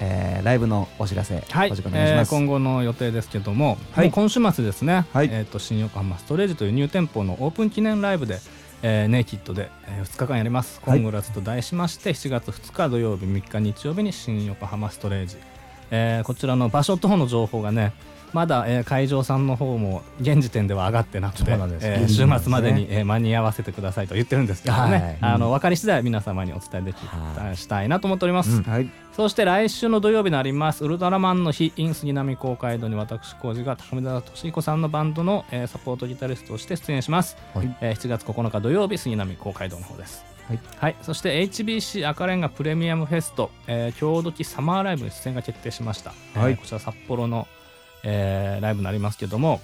[SPEAKER 1] えーライブのお知らせ、
[SPEAKER 2] はい、
[SPEAKER 1] お時間お願いしま
[SPEAKER 2] えー
[SPEAKER 1] す、
[SPEAKER 2] 今後の予定ですけども,、
[SPEAKER 1] はい
[SPEAKER 2] もう今週末ですね、
[SPEAKER 1] はい
[SPEAKER 2] えー、と新横浜ストレージというニュー店舗のオープン記念ライブで、えーネイキッドで、え2日間やります
[SPEAKER 1] はい
[SPEAKER 2] 今後ラスと題しまして、7月2日土曜日3日日曜日に新横浜ストレージ、えーこちらの場所等の情報がねまだ、えー会場さんの方も現時点では上がってなくて
[SPEAKER 3] そうなんです
[SPEAKER 2] えー
[SPEAKER 3] 現時
[SPEAKER 2] 週
[SPEAKER 3] 点ですね
[SPEAKER 2] 末までに、えー間に合わせてくださいと言ってるんですけどね、
[SPEAKER 3] はい
[SPEAKER 2] あの分かり次第皆様にお伝えできた
[SPEAKER 3] は
[SPEAKER 2] したいなと思っております。
[SPEAKER 3] うん
[SPEAKER 1] はい
[SPEAKER 2] そして来週の土曜日になります、ウルトラマンの日 in 杉並公会堂に私、浩二が高見沢俊彦さんのバンドの、えーサポートギタリストとして出演します。
[SPEAKER 3] はい
[SPEAKER 2] えー7月9日土曜日、杉並公会堂の方です。
[SPEAKER 1] はい、
[SPEAKER 2] そして HBC 赤レンガプレミアムフェスト、えー、郷土期サマーライブに出演が決定しました。えー
[SPEAKER 1] はい
[SPEAKER 2] こちら札幌の、えーライブになりますけども、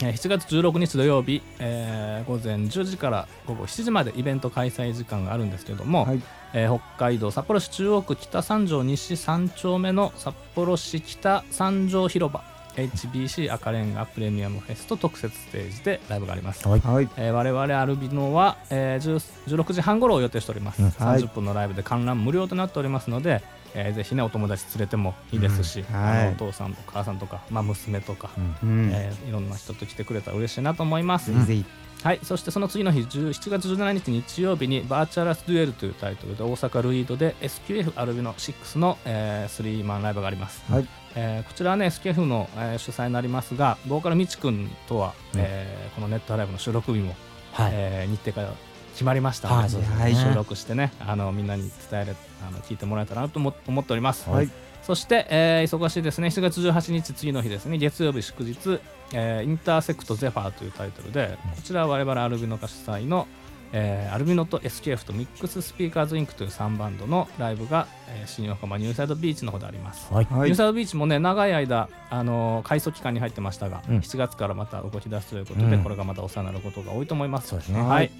[SPEAKER 2] えー7月16日土曜日、えー午前10時から午後7時までイベント開催時間があるんですけども、
[SPEAKER 1] はい
[SPEAKER 2] えー北海道札幌市中央区北三条西3丁目の札幌市北三条広場 HBC 赤レンガプレミアムフェスト特設ステージでライブがあります、
[SPEAKER 3] はい
[SPEAKER 1] はい
[SPEAKER 2] えー我々アルビノは、えー10 16時半頃を予定しております、
[SPEAKER 3] うん
[SPEAKER 1] はい
[SPEAKER 2] 30分のライブで観覧無料となっておりますので、えーぜひねお友達連れてもいいですし、
[SPEAKER 1] うんはい
[SPEAKER 2] あのお父さんお母さんとか、まあ、娘とか、
[SPEAKER 3] うん
[SPEAKER 1] うん
[SPEAKER 2] えーいろんな人と来てくれたら嬉しいなと思います、
[SPEAKER 1] ぜひぜひ
[SPEAKER 2] はい、そしてその次の日10 7月17日日曜日にバーチャルアスデュエルというタイトルで大阪ルイードで SQF アルビノ6の、えースリーマンライブがあります、
[SPEAKER 1] はい
[SPEAKER 2] えーこちらはね SQF の、えー主催になりますがボーカルみちくんとは、えーこのネットライブの収録日も、
[SPEAKER 3] はい
[SPEAKER 2] えー日程が決まりましたので、
[SPEAKER 3] はいそうですね
[SPEAKER 2] はい収録してねあのみんなに伝えれあの聞いてもらえたらなと思思っております、
[SPEAKER 1] はい
[SPEAKER 2] そして、えー忙しいですね7月18日次の日ですね月曜日祝日、えーインターセクトゼファーというタイトルでこちらは我々アルビノが主催の、えーアルビノと SKF とミックススピーカーズインクという3バンドのライブが、えー新横浜ニューサイドビーチの方であります、
[SPEAKER 3] はい
[SPEAKER 1] は
[SPEAKER 2] ニュ
[SPEAKER 1] い
[SPEAKER 2] ーサイドビーチもね長い間、あのー、改装期間に入ってましたが、
[SPEAKER 3] うん
[SPEAKER 2] 7月からまた動き出すということで、
[SPEAKER 3] うん
[SPEAKER 2] これがまたお世話になることが多いと思います
[SPEAKER 3] そうですね
[SPEAKER 2] は
[SPEAKER 1] はいい、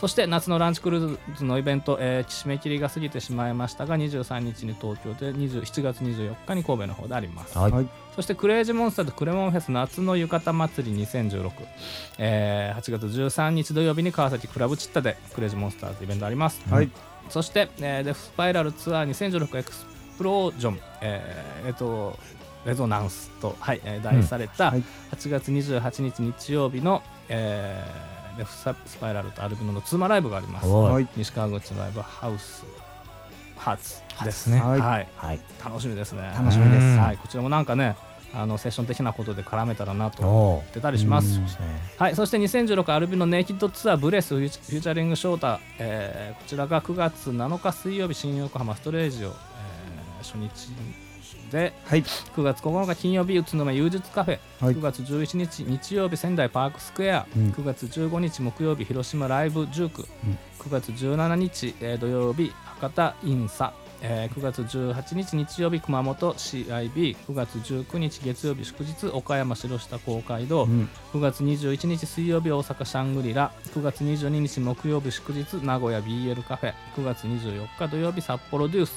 [SPEAKER 2] そして夏のランチクルーズのイベント、えー締め切りが過ぎてしまいましたが23日に東京で20 7月24日に神戸の方であります、
[SPEAKER 3] はい
[SPEAKER 1] はい
[SPEAKER 2] そしてクレイジーモンスターとクレモンフェス夏の浴衣祭り2016、えー8月13日土曜日に川崎クラブチッタでクレイジーモンスターズイベントあります、
[SPEAKER 1] はい
[SPEAKER 2] そして、えーデフスパイラルツアー2016エクスプロージョン、えーえーとレゾナンスと、はいえー題された
[SPEAKER 1] はい
[SPEAKER 2] 8月28日日曜日の、えーレフサスパイラルとアルビノのツーマライブがあります。
[SPEAKER 3] おい
[SPEAKER 1] はい
[SPEAKER 2] 西川口ライブハウス初です
[SPEAKER 3] ね
[SPEAKER 2] は、
[SPEAKER 1] はいい
[SPEAKER 3] はい
[SPEAKER 2] 楽しみですね。
[SPEAKER 1] 楽しみです
[SPEAKER 3] うん
[SPEAKER 2] はい、こちらもなんかね、あのセッション的なことで絡めたらなと思
[SPEAKER 3] お
[SPEAKER 2] ってたりします。
[SPEAKER 3] ですね
[SPEAKER 2] はい、そして2016アルビノネイキッドツアーブレスフューフューチャリングショータ、えーこちらが9月7日水曜日新横浜ストレージを、えー初日で
[SPEAKER 1] はい
[SPEAKER 2] 9月9日金曜日宇都宮遊術カフェ、
[SPEAKER 1] はい
[SPEAKER 2] 9月11日日曜日仙台パークスクエア、
[SPEAKER 1] うん
[SPEAKER 2] 9月15日木曜日広島ライブ19、
[SPEAKER 1] ん
[SPEAKER 2] 9月17日、えー土曜日博多インサ、えー9月18日日曜日熊本 CIB9 月19日月曜日祝日岡山城下公会堂、
[SPEAKER 1] うん
[SPEAKER 2] 9月21日水曜日大阪シャングリラ9月22日木曜日祝日名古屋 BL カフェ9月24日土曜日札幌デュース、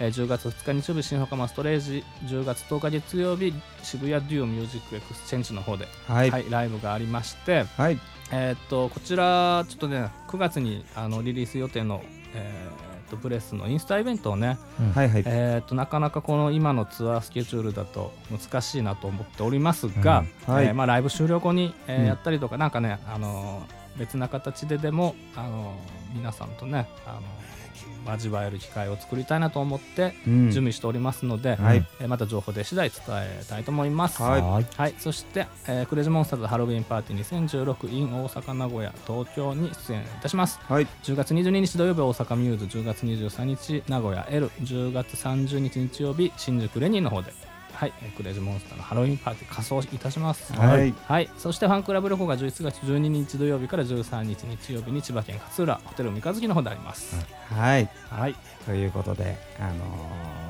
[SPEAKER 2] えー10月2日日曜日新横浜ストレージ10月10日月曜日渋谷デュオミュージックエクスチェンジの方で、
[SPEAKER 1] はい
[SPEAKER 2] はいライブがありまして、
[SPEAKER 1] はい
[SPEAKER 2] えーっとこちらちょっとね9月にあのリリース予定の、えーっとブレスのインスタイベントをね
[SPEAKER 1] はいはい
[SPEAKER 2] えー、となかなかこの今のツアースケジュールだと難しいなと思っておりますが、
[SPEAKER 1] うんはい
[SPEAKER 2] えーまあ、ライブ終了後に、えー
[SPEAKER 1] うん
[SPEAKER 2] やったりとか、なんかね、あのー別な形ででも、あのー皆さんとね、あのー交わえる機会を作りたいなと思って
[SPEAKER 1] うん
[SPEAKER 2] 準備しておりますので、
[SPEAKER 1] はい
[SPEAKER 2] えーまた情報で次第伝えたいと思います。
[SPEAKER 1] はい
[SPEAKER 3] はい
[SPEAKER 2] はい、そして、えークレイジーモンスターズハロウィンパーティー2016 in 大阪名古屋東京に出演いたします
[SPEAKER 1] はい
[SPEAKER 2] 10月22日土曜日大阪ミューズ10月23日名古屋 L10 月30日日曜日新宿レニーの方ではいえークレイジーモンスターのハロウィンパーティー仮装いたします
[SPEAKER 1] はい
[SPEAKER 2] はい、そしてファンクラブ旅行が11月12日土曜日から13日日曜日に千葉県勝浦ホテル三日月の方であります、
[SPEAKER 1] はい
[SPEAKER 2] はい
[SPEAKER 1] ということで、あの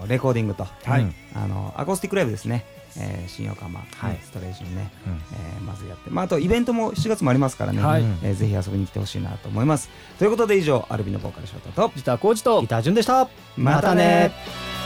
[SPEAKER 1] ーレコーディングと、
[SPEAKER 3] い
[SPEAKER 1] うんあのーアコースティックライブですね、えー新横浜、
[SPEAKER 3] はい
[SPEAKER 1] ストレージにね、
[SPEAKER 3] うん
[SPEAKER 1] えーまずやって、まあ、あとイベントも7月もありますからね、
[SPEAKER 2] はい
[SPEAKER 1] えーぜひ遊びに来てほしいなと思います。ということで以上アルビのボーカルショートと
[SPEAKER 2] 自宅工事と
[SPEAKER 3] ギター順でした
[SPEAKER 1] またね